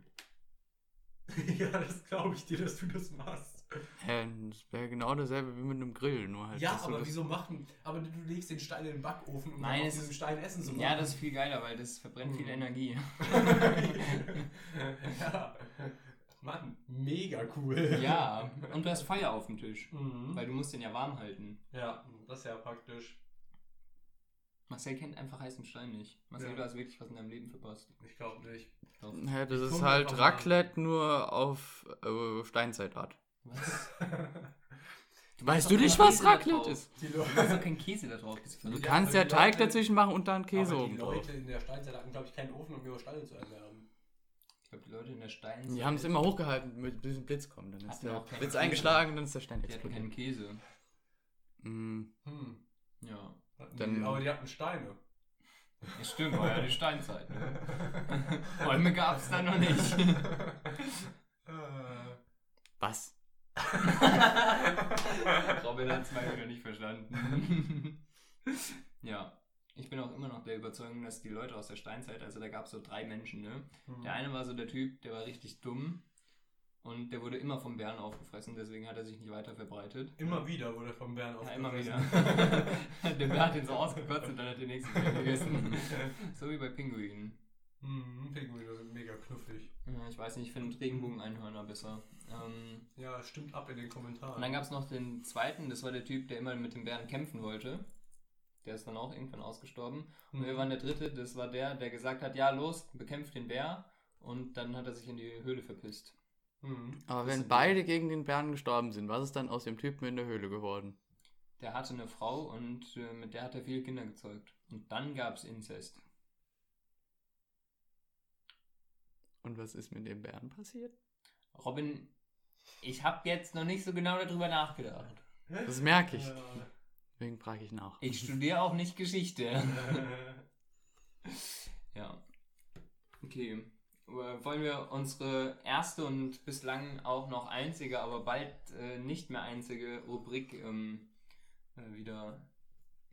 Speaker 1: ja, das glaube ich dir, dass du das machst.
Speaker 3: Hä, das wäre genau dasselbe wie mit einem Grill, nur halt.
Speaker 1: ja,
Speaker 3: dass du
Speaker 1: aber
Speaker 3: das-
Speaker 1: wieso machen? Aber du legst den Stein in den Backofen, um
Speaker 2: Nein,
Speaker 1: dann
Speaker 2: es
Speaker 1: aus diesem
Speaker 2: ist-
Speaker 1: Stein Essen zu machen.
Speaker 2: Ja, das ist viel geiler, weil das verbrennt viel
Speaker 1: Mhm.
Speaker 2: Energie.
Speaker 1: ja. Mann, mega cool.
Speaker 2: Ja, und du hast Feuer auf dem Tisch,
Speaker 1: Mhm.
Speaker 2: weil du musst den ja warm halten.
Speaker 1: Ja, das ist ja praktisch.
Speaker 2: Marcel kennt einfach heißen Stein nicht. Marcel,
Speaker 1: Ja.
Speaker 2: du hast wirklich was in deinem Leben verpasst.
Speaker 1: Ich glaube nicht.
Speaker 3: Hä, das ist
Speaker 1: guck
Speaker 3: halt
Speaker 1: einfach mal.
Speaker 3: Raclette nur auf äh, Steinzeitart.
Speaker 2: Was?
Speaker 3: Weißt
Speaker 2: doch
Speaker 3: du nicht,
Speaker 2: keinen
Speaker 3: was
Speaker 2: Käse da
Speaker 3: Raclette
Speaker 2: drauf.
Speaker 3: ist?
Speaker 1: Die
Speaker 2: Du hast
Speaker 1: Leute,
Speaker 2: doch keinen Käse da drauf. Das ist
Speaker 3: Du
Speaker 2: verrückt.
Speaker 3: kannst
Speaker 1: aber
Speaker 3: ja
Speaker 1: die
Speaker 3: Teig
Speaker 1: Leute-
Speaker 3: dazwischen machen und dann Käse
Speaker 1: aber die
Speaker 3: oben drauf.
Speaker 1: Leute in der Steinzeit hatten, glaube ich, keinen Ofen, um ihre Steine zu erwärmen.
Speaker 2: Ich glaube, die Leute in der Stein.
Speaker 3: Die haben es immer hochgehalten, mit bis ein Blitz kommt. Dann ist
Speaker 2: Hatten
Speaker 3: der
Speaker 2: auch keine
Speaker 3: Blitz
Speaker 2: Käse.
Speaker 3: eingeschlagen, dann ist der Stein
Speaker 2: Die hatten keinen
Speaker 3: explodiert.
Speaker 2: Käse.
Speaker 3: Mm,
Speaker 1: Hm.
Speaker 2: Ja.
Speaker 1: Hatten
Speaker 3: Dann-
Speaker 1: die, aber die hatten Steine.
Speaker 2: ja stimmt, war ja die Steinzeit. Ne? Bäume gab es da noch nicht.
Speaker 1: Äh,
Speaker 3: Was?
Speaker 2: Robin hat es mal wieder nicht verstanden. ja. Ich bin auch immer noch der Überzeugung, dass die Leute aus der Steinzeit, also da gab es so drei Menschen, ne?
Speaker 1: hm.
Speaker 2: Der eine war so der Typ, der war richtig dumm und der wurde immer vom Bären aufgefressen, deswegen hat er sich nicht weiter verbreitet.
Speaker 1: Immer wieder wurde vom Bären
Speaker 2: Ja,
Speaker 1: aufgefressen.
Speaker 2: immer wieder. der Bär hat ihn so ausgekotzt und dann hat der nächste Bär gegessen. so wie bei Pinguinen.
Speaker 1: Hm, Pinguine sind mega knuffig.
Speaker 2: Ja, Ich weiß nicht, ich finde Regenbogeneinhörner besser. Ähm,
Speaker 1: Ja, stimmt ab in den Kommentaren.
Speaker 2: Und dann gab es noch den zweiten, das war der Typ, der immer mit dem Bären kämpfen wollte. Der ist dann auch irgendwann ausgestorben. Und
Speaker 1: Mhm.
Speaker 2: wir waren der dritte, das war der, der gesagt hat, ja los, bekämpft den Bär. Und dann hat er sich in die Höhle verpisst.
Speaker 1: Hm.
Speaker 3: Aber
Speaker 2: Das
Speaker 3: wenn
Speaker 2: sind
Speaker 3: beide gegen den Bären gestorben sind, was ist dann aus dem Typen in der Höhle geworden?
Speaker 2: Der hatte eine Frau und äh, mit der hat er viele Kinder gezeugt. Und dann gab es Inzest.
Speaker 3: Und was ist mit dem Bären passiert?
Speaker 2: Robin, ich habe jetzt noch nicht so genau darüber nachgedacht.
Speaker 3: Das merke ich.
Speaker 1: Äh,
Speaker 3: Deswegen frage ich nach.
Speaker 2: Ich studiere auch nicht Geschichte.
Speaker 1: Äh,
Speaker 2: Ja. Okay. Äh, Wollen wir unsere erste und bislang auch noch einzige, aber bald äh, nicht mehr einzige Rubrik ähm, äh, wieder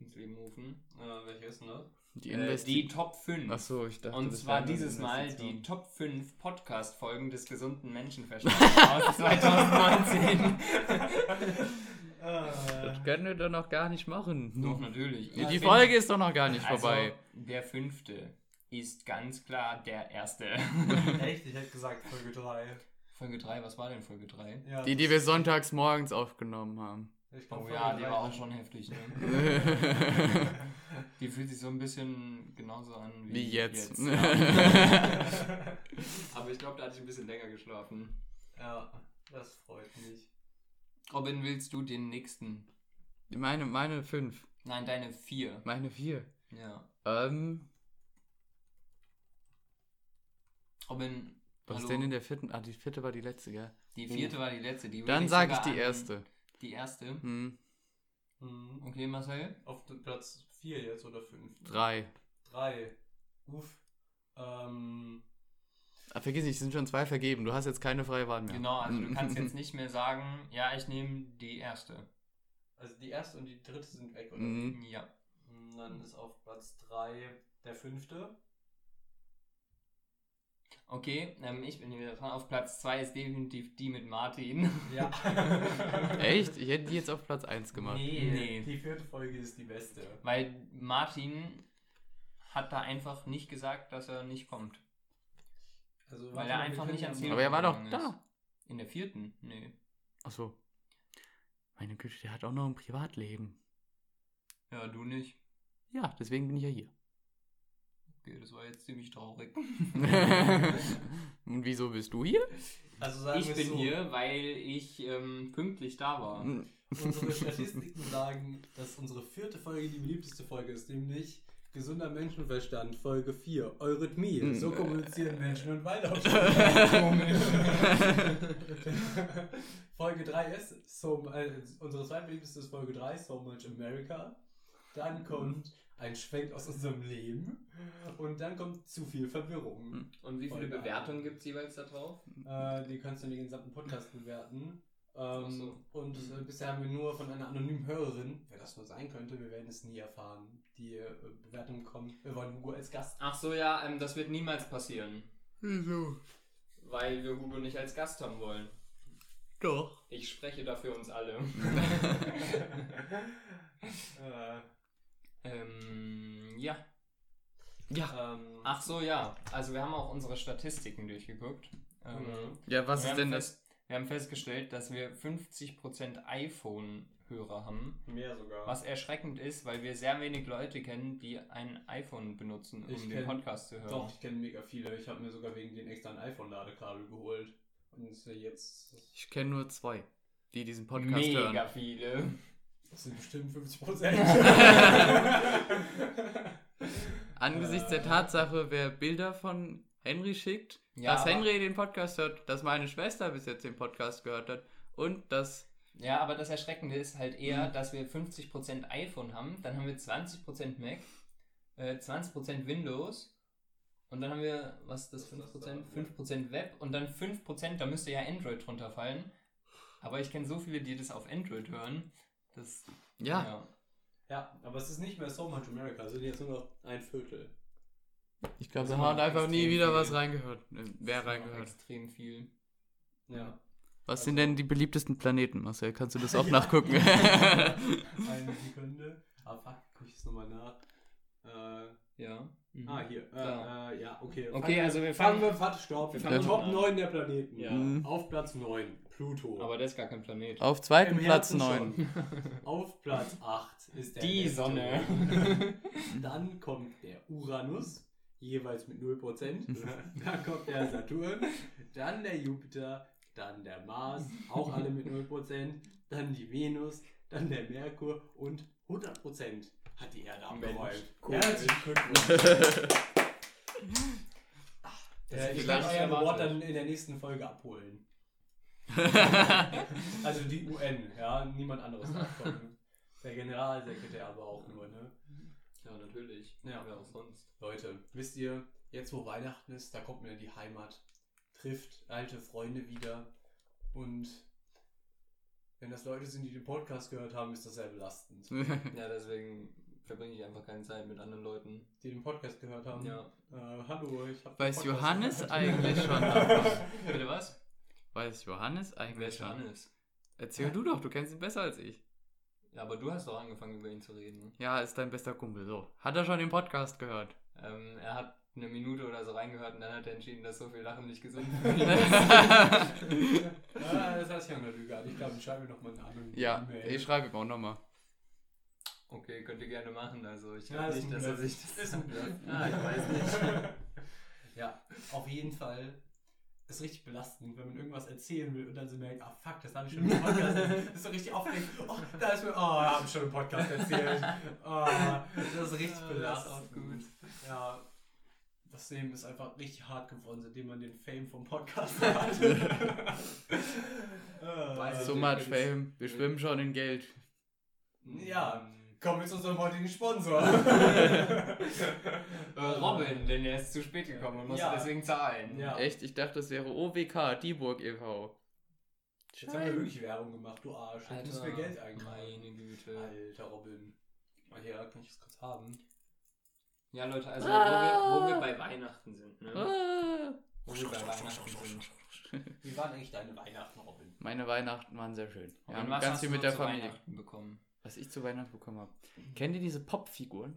Speaker 2: ins Leben rufen? Äh, welche ist denn das?
Speaker 3: Die
Speaker 2: Äh, die
Speaker 3: Investition.
Speaker 2: Top 5.
Speaker 3: Achso, ich dachte.
Speaker 2: und
Speaker 3: das
Speaker 2: zwar
Speaker 3: wäre eine
Speaker 2: dieses Mal die
Speaker 3: Investition.
Speaker 2: Top 5 Podcast-Folgen des gesunden Menschenverstandes aus 2019.
Speaker 3: Das
Speaker 1: äh,
Speaker 3: können wir doch noch gar nicht machen.
Speaker 2: Doch, natürlich.
Speaker 3: Die
Speaker 2: Ich
Speaker 3: Folge ist doch noch gar nicht
Speaker 2: also,
Speaker 3: vorbei.
Speaker 2: Der fünfte. ist ganz klar der erste.
Speaker 1: Echt? Ich hätte gesagt Folge 3.
Speaker 2: Folge 3, was war denn Folge 3?
Speaker 1: Ja,
Speaker 3: Die, die wir sonntags morgens aufgenommen haben.
Speaker 1: ich glaub,
Speaker 2: Oh
Speaker 1: Folge
Speaker 2: ja, die
Speaker 1: drei
Speaker 2: war
Speaker 1: war-
Speaker 2: auch schon heftig, ne? Die fühlt sich so ein bisschen genauso an wie,
Speaker 3: Wie jetzt.
Speaker 2: Ja. Aber ich glaube, da hatte ich ein bisschen länger geschlafen.
Speaker 1: ja, das freut mich.
Speaker 2: Robin, willst du den nächsten?
Speaker 3: Meine, meine fünf.
Speaker 2: Nein, deine vier.
Speaker 3: Meine vier.
Speaker 2: Ja.
Speaker 3: Ähm,
Speaker 2: Robin,
Speaker 3: was
Speaker 2: hallo.
Speaker 3: ist denn in der vierten? Ah, die vierte war die letzte, gell?
Speaker 2: die vierte war die letzte. Die würde
Speaker 3: Hm. Dann sage ich
Speaker 2: sogar
Speaker 3: die
Speaker 2: an-
Speaker 3: erste.
Speaker 2: Die erste.
Speaker 3: Hm,
Speaker 1: Mhm.
Speaker 2: Okay, Marcel.
Speaker 1: Auf den Platz 4 jetzt oder 5?
Speaker 3: drei.
Speaker 1: 3. Uff. Ähm,
Speaker 3: Ah, vergiss nicht, es sind schon zwei vergeben. Du hast jetzt keine freie Wahl mehr.
Speaker 2: Genau, also du
Speaker 3: Hm.
Speaker 2: kannst jetzt nicht mehr sagen, ja, ich nehme die erste.
Speaker 1: also die erste und die dritte sind weg, oder?
Speaker 3: Mhm.
Speaker 2: Ja.
Speaker 1: Mhm, Dann ist auf Platz 3 der fünfte.
Speaker 2: Okay, ähm, ich bin wieder dran. Auf Platz 2 ist definitiv die mit Martin.
Speaker 1: Ja.
Speaker 3: Echt? Ich hätte die jetzt auf Platz 1 gemacht.
Speaker 1: Nee,
Speaker 2: Nee.
Speaker 1: die vierte Folge ist die beste.
Speaker 2: Weil Martin hat da einfach nicht gesagt, dass er nicht kommt.
Speaker 1: Also,
Speaker 2: Weil
Speaker 1: warte
Speaker 2: er
Speaker 1: mal, wir
Speaker 2: einfach
Speaker 1: können
Speaker 2: nicht
Speaker 1: ja
Speaker 2: ans
Speaker 1: mal-
Speaker 2: Telefon
Speaker 3: Aber er war doch
Speaker 2: gegangen
Speaker 3: da.
Speaker 2: ist. In der vierten? Nee.
Speaker 3: Ach so. Meine Güte, der hat auch noch ein Privatleben.
Speaker 2: Ja, du nicht.
Speaker 3: Ja, deswegen bin ich ja hier.
Speaker 2: Okay, das war jetzt ziemlich traurig.
Speaker 3: Und wieso bist du hier?
Speaker 1: Also sagen
Speaker 2: Ich
Speaker 1: wir's
Speaker 2: bin
Speaker 1: so,
Speaker 2: hier, weil ich ähm, pünktlich da war.
Speaker 3: Hm.
Speaker 1: Unsere Statistiken sagen, dass unsere vierte Folge die beliebteste Folge ist, nämlich Gesunder Menschenverstand, Folge 4, Eurythmie. So kommunizieren Menschen und Weilaufstände. Folge 3 ist, so, äh, unsere zweitbeliebteste ist Folge 3, So Much America. Dann kommt ein Schwenk aus unserem Leben. Und dann kommt zu viel Verwirrung.
Speaker 2: Und wie viele
Speaker 1: Voll geil.
Speaker 2: Bewertungen gibt es jeweils da drauf?
Speaker 1: Äh, die kannst du in den gesamten Podcast bewerten. Ähm,
Speaker 2: Ach so. Mhm.
Speaker 1: Und äh, bisher haben wir nur von einer anonymen Hörerin, wer das nur sein könnte, wir werden es nie erfahren, die äh, Bewertung bekommen. Wir wollen Hugo als Gast.
Speaker 2: Ach so, ja, ähm, das wird niemals passieren.
Speaker 3: Wieso?
Speaker 2: Weil wir Hugo nicht als Gast haben wollen.
Speaker 3: Doch.
Speaker 2: Ich spreche da für uns alle.
Speaker 1: äh,
Speaker 2: ähm, ja.
Speaker 3: Ja.
Speaker 1: ähm,
Speaker 2: Ach so, ja. Also wir haben auch unsere Statistiken durchgeguckt. Ähm,
Speaker 1: Mhm.
Speaker 3: Ja, was
Speaker 2: wir
Speaker 3: ist
Speaker 2: haben
Speaker 3: denn das?
Speaker 2: fest- Wir haben festgestellt, dass wir 50% iPhone-Hörer haben.
Speaker 1: mehr sogar.
Speaker 2: Was erschreckend ist, weil wir sehr wenig Leute kennen, die ein iPhone benutzen, um
Speaker 1: Ich
Speaker 2: den
Speaker 1: kenn-
Speaker 2: Podcast zu hören.
Speaker 1: Doch, ich kenne mega viele. Ich habe mir sogar wegen den extra ein iPhone-Ladekabel geholt. Und äh, jetzt
Speaker 3: Ich kenne nur zwei, die diesen Podcast
Speaker 2: Mega
Speaker 3: hören.
Speaker 2: viele.
Speaker 1: das sind bestimmt 50 Prozent.
Speaker 3: Angesichts
Speaker 1: Äh,
Speaker 3: der Tatsache, wer Bilder von Henry schickt,
Speaker 2: Ja,
Speaker 3: dass
Speaker 2: aber-
Speaker 3: Henry den Podcast hört, dass meine Schwester bis jetzt den Podcast gehört hat und dass
Speaker 2: Ja, aber das Erschreckende ist halt eher,
Speaker 1: Mhm.
Speaker 2: dass wir 50% iPhone haben, dann haben wir 20% Mac, äh, 20% Windows und dann haben wir, was ist das,
Speaker 1: Was ist das
Speaker 2: 5%?
Speaker 1: da?
Speaker 2: 5% Web und dann 5%, da müsste ja Android drunter fallen. Aber ich kenne so viele, die das auf Android hören. Das,
Speaker 3: ja,
Speaker 1: Ja, aber es ist nicht mehr So Much America, es sind jetzt nur noch ein Viertel.
Speaker 3: Ich glaube,
Speaker 2: Das
Speaker 3: da
Speaker 2: war
Speaker 3: hat einfach nie
Speaker 2: extrem
Speaker 3: wieder
Speaker 2: viel.
Speaker 3: was reingehört. Äh, Wer
Speaker 2: das ist noch
Speaker 3: reingehört.
Speaker 2: Extrem viel.
Speaker 1: Ja.
Speaker 3: Was
Speaker 1: Also-
Speaker 3: sind denn die beliebtesten Planeten, Marcel? Kannst du das auch nachgucken?
Speaker 1: Eine Sekunde. Ah, fuck, guck ich es nochmal nach. Äh,
Speaker 2: Ja. Mhm.
Speaker 1: ah, hier. Äh,
Speaker 2: Da.
Speaker 1: äh, ja, okay.
Speaker 2: Okay, also wir
Speaker 1: fangen
Speaker 2: fangen-
Speaker 1: wir, warte, stopp.
Speaker 2: wir
Speaker 1: Wir
Speaker 2: fangen
Speaker 1: fangen Top
Speaker 2: an.
Speaker 1: 9 der Planeten.
Speaker 2: Ja.
Speaker 3: Mhm.
Speaker 1: Auf Platz 9, Pluto.
Speaker 2: Aber das ist gar kein
Speaker 1: Oh,
Speaker 2: Planet.
Speaker 3: Auf zweiten
Speaker 1: Im
Speaker 3: Platz
Speaker 1: Herzen
Speaker 3: 9.
Speaker 1: schon. Auf Platz 8 ist der
Speaker 2: Die
Speaker 1: Neptun.
Speaker 2: Sonne.
Speaker 1: Dann kommt der Uranus, jeweils mit 0%. Dann kommt der Saturn, dann der Jupiter, dann der Mars, auch alle mit 0%. Dann die Venus, dann der Merkur und 100% hat die Erde abgeräumt.
Speaker 2: cool.
Speaker 1: Herzlichen Glückwunsch. Äh, ich
Speaker 2: Vielleicht
Speaker 1: werde euren Award
Speaker 2: erwartet.
Speaker 1: dann in der nächsten Folge abholen. Also die UN, ja, niemand anderes darf kommen. Der Generalsekretär aber auch nur, ne?
Speaker 2: Ja, natürlich.
Speaker 1: Ja.
Speaker 2: Wer auch sonst.
Speaker 1: Leute, wisst ihr, jetzt wo Weihnachten ist, da kommt man in die Heimat, trifft alte Freunde wieder und wenn das Leute sind, die den Podcast gehört haben, ist das sehr belastend.
Speaker 2: Ja, deswegen verbringe ich einfach keine Zeit mit anderen Leuten.
Speaker 1: Die den Podcast gehört haben.
Speaker 2: Ja.
Speaker 1: Äh, hallo, ich habe
Speaker 3: Weiß Johannes eigentlich schon davon?
Speaker 2: Bitte was?
Speaker 3: Weiß Johannes
Speaker 2: Wer
Speaker 3: eigentlich
Speaker 2: ist
Speaker 3: schon?
Speaker 2: Johannes?
Speaker 3: Erzähl du doch, du kennst ihn besser als ich.
Speaker 2: Ja, aber du hast doch angefangen über ihn zu reden.
Speaker 3: Ja, ist dein bester Kumpel, so. Hat er schon den Podcast gehört?
Speaker 2: Ähm, er hat eine Minute oder so reingehört und dann hat er entschieden, dass so viel Lachen nicht gesund ist.
Speaker 1: ah, das heißt ja eine Lüge. an. Ich glaube, ich schreibe mir nochmal eine andere
Speaker 3: Ja,
Speaker 1: E-Mail.
Speaker 3: ich schreibe ihm auch nochmal.
Speaker 2: okay, könnt ihr gerne machen. Also ich
Speaker 1: Ja,
Speaker 2: glaube
Speaker 1: das
Speaker 2: nicht, dass
Speaker 1: ist
Speaker 2: er
Speaker 1: ein Bluff.
Speaker 2: sich das...
Speaker 1: Ist ein Bluff.
Speaker 2: Ah, ich weiß nicht.
Speaker 1: Ja, auf jeden Fall ist richtig belastend, wenn man irgendwas erzählen will und dann so merkt, ah fuck, das habe ich schon im Podcast. Das ist so richtig aufregend. Oh, da ist mir, oh, habe ich schon im Podcast erzählt. Oh, das ist richtig
Speaker 2: Ah, das ist auch
Speaker 1: belastend. Ja, das Leben ist einfach richtig hart geworden, seitdem man den Fame vom Podcast hat.
Speaker 2: Weißt
Speaker 1: äh,
Speaker 3: So
Speaker 2: du-
Speaker 3: much fame. Wir schwimmen schon in Geld.
Speaker 1: Ja. kommen wir zu unserem heutigen Sponsor.
Speaker 2: Äh, Robin, denn er ist zu spät gekommen und musste
Speaker 1: Ja.
Speaker 2: deswegen zahlen.
Speaker 1: Ja.
Speaker 3: Echt? Ich dachte, das wäre OWK, Dieburg e e.V.
Speaker 1: Jetzt haben wir wirklich Werbung gemacht, du Arsch. Jetzt müssen wir Geld eingreifen.
Speaker 2: Meine Güte.
Speaker 1: Alter Robin. Mal her, kann ich das kurz haben?
Speaker 2: Ja, Leute, also
Speaker 3: Ah.
Speaker 2: wo, wir, wo wir bei Weihnachten sind, ne?
Speaker 1: Äh.
Speaker 3: Ah.
Speaker 2: Wo wir bei Weihnachten sind.
Speaker 1: Wie waren eigentlich deine Weihnachten, Robin?
Speaker 3: Meine Weihnachten waren sehr schön. Wir
Speaker 2: Und
Speaker 3: haben
Speaker 2: was
Speaker 3: ganz
Speaker 2: hast
Speaker 3: viel
Speaker 2: du
Speaker 3: mit
Speaker 2: so
Speaker 3: der
Speaker 2: zu
Speaker 3: Familie.
Speaker 2: Weihnachten bekommen?
Speaker 3: Was ich zu Weihnachten bekommen habe. Kennt ihr diese Popfiguren?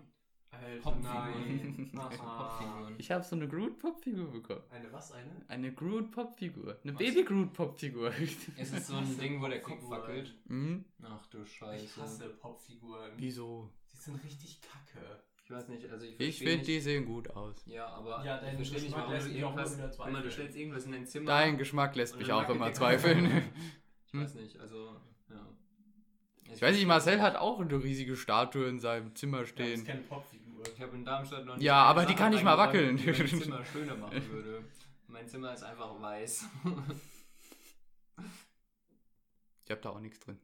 Speaker 1: Alter,
Speaker 2: Popfiguren.
Speaker 3: nein.
Speaker 2: Also Popfiguren.
Speaker 3: Ich habe so eine Groot-Popfigur bekommen.
Speaker 1: Eine was, eine?
Speaker 3: Eine Groot-Popfigur. Eine
Speaker 2: Was?
Speaker 3: Baby-Groot-Popfigur.
Speaker 2: Ist es so ein Ding, wo der Kopf
Speaker 1: Figuren.
Speaker 2: wackelt?
Speaker 3: hm?
Speaker 2: Ach du Scheiße.
Speaker 1: Ich hasse Popfiguren.
Speaker 3: Wieso?
Speaker 1: Die sind richtig kacke.
Speaker 2: Ich weiß nicht, also ich
Speaker 3: Ich
Speaker 2: verstehe
Speaker 3: finde,
Speaker 2: nicht-
Speaker 3: die sehen gut aus.
Speaker 2: Ja, aber
Speaker 1: Ja,
Speaker 2: ich
Speaker 1: dein
Speaker 2: verstehe nicht,
Speaker 1: Geschmack
Speaker 2: warum
Speaker 1: lässt
Speaker 2: du
Speaker 1: mich auch immer
Speaker 2: irgendwas...
Speaker 1: wieder
Speaker 2: Immer, du
Speaker 1: zweifeln.
Speaker 2: stellst irgendwas in dein Zimmer.
Speaker 3: Dein Geschmack lässt
Speaker 2: und
Speaker 3: mich
Speaker 2: dann
Speaker 3: auch
Speaker 2: wackelt
Speaker 3: immer
Speaker 2: der Kopf.
Speaker 3: zweifeln.
Speaker 2: Ich weiß nicht, also... Ja.
Speaker 3: Ich weiß nicht, Marcel hat auch eine riesige Statue in seinem Zimmer
Speaker 1: Ja, Das
Speaker 3: stehen.
Speaker 1: ist keine Popfigur.
Speaker 2: Ich habe in Darmstadt noch nicht
Speaker 3: Ja,
Speaker 2: eine
Speaker 3: aber die
Speaker 2: Sache
Speaker 3: kann nicht mal
Speaker 2: reingeräumt, die
Speaker 3: wackeln.
Speaker 2: Mein Zimmer schöner machen würde. Mein Zimmer ist einfach weiß. Also,
Speaker 3: Ich habe da auch nichts drin.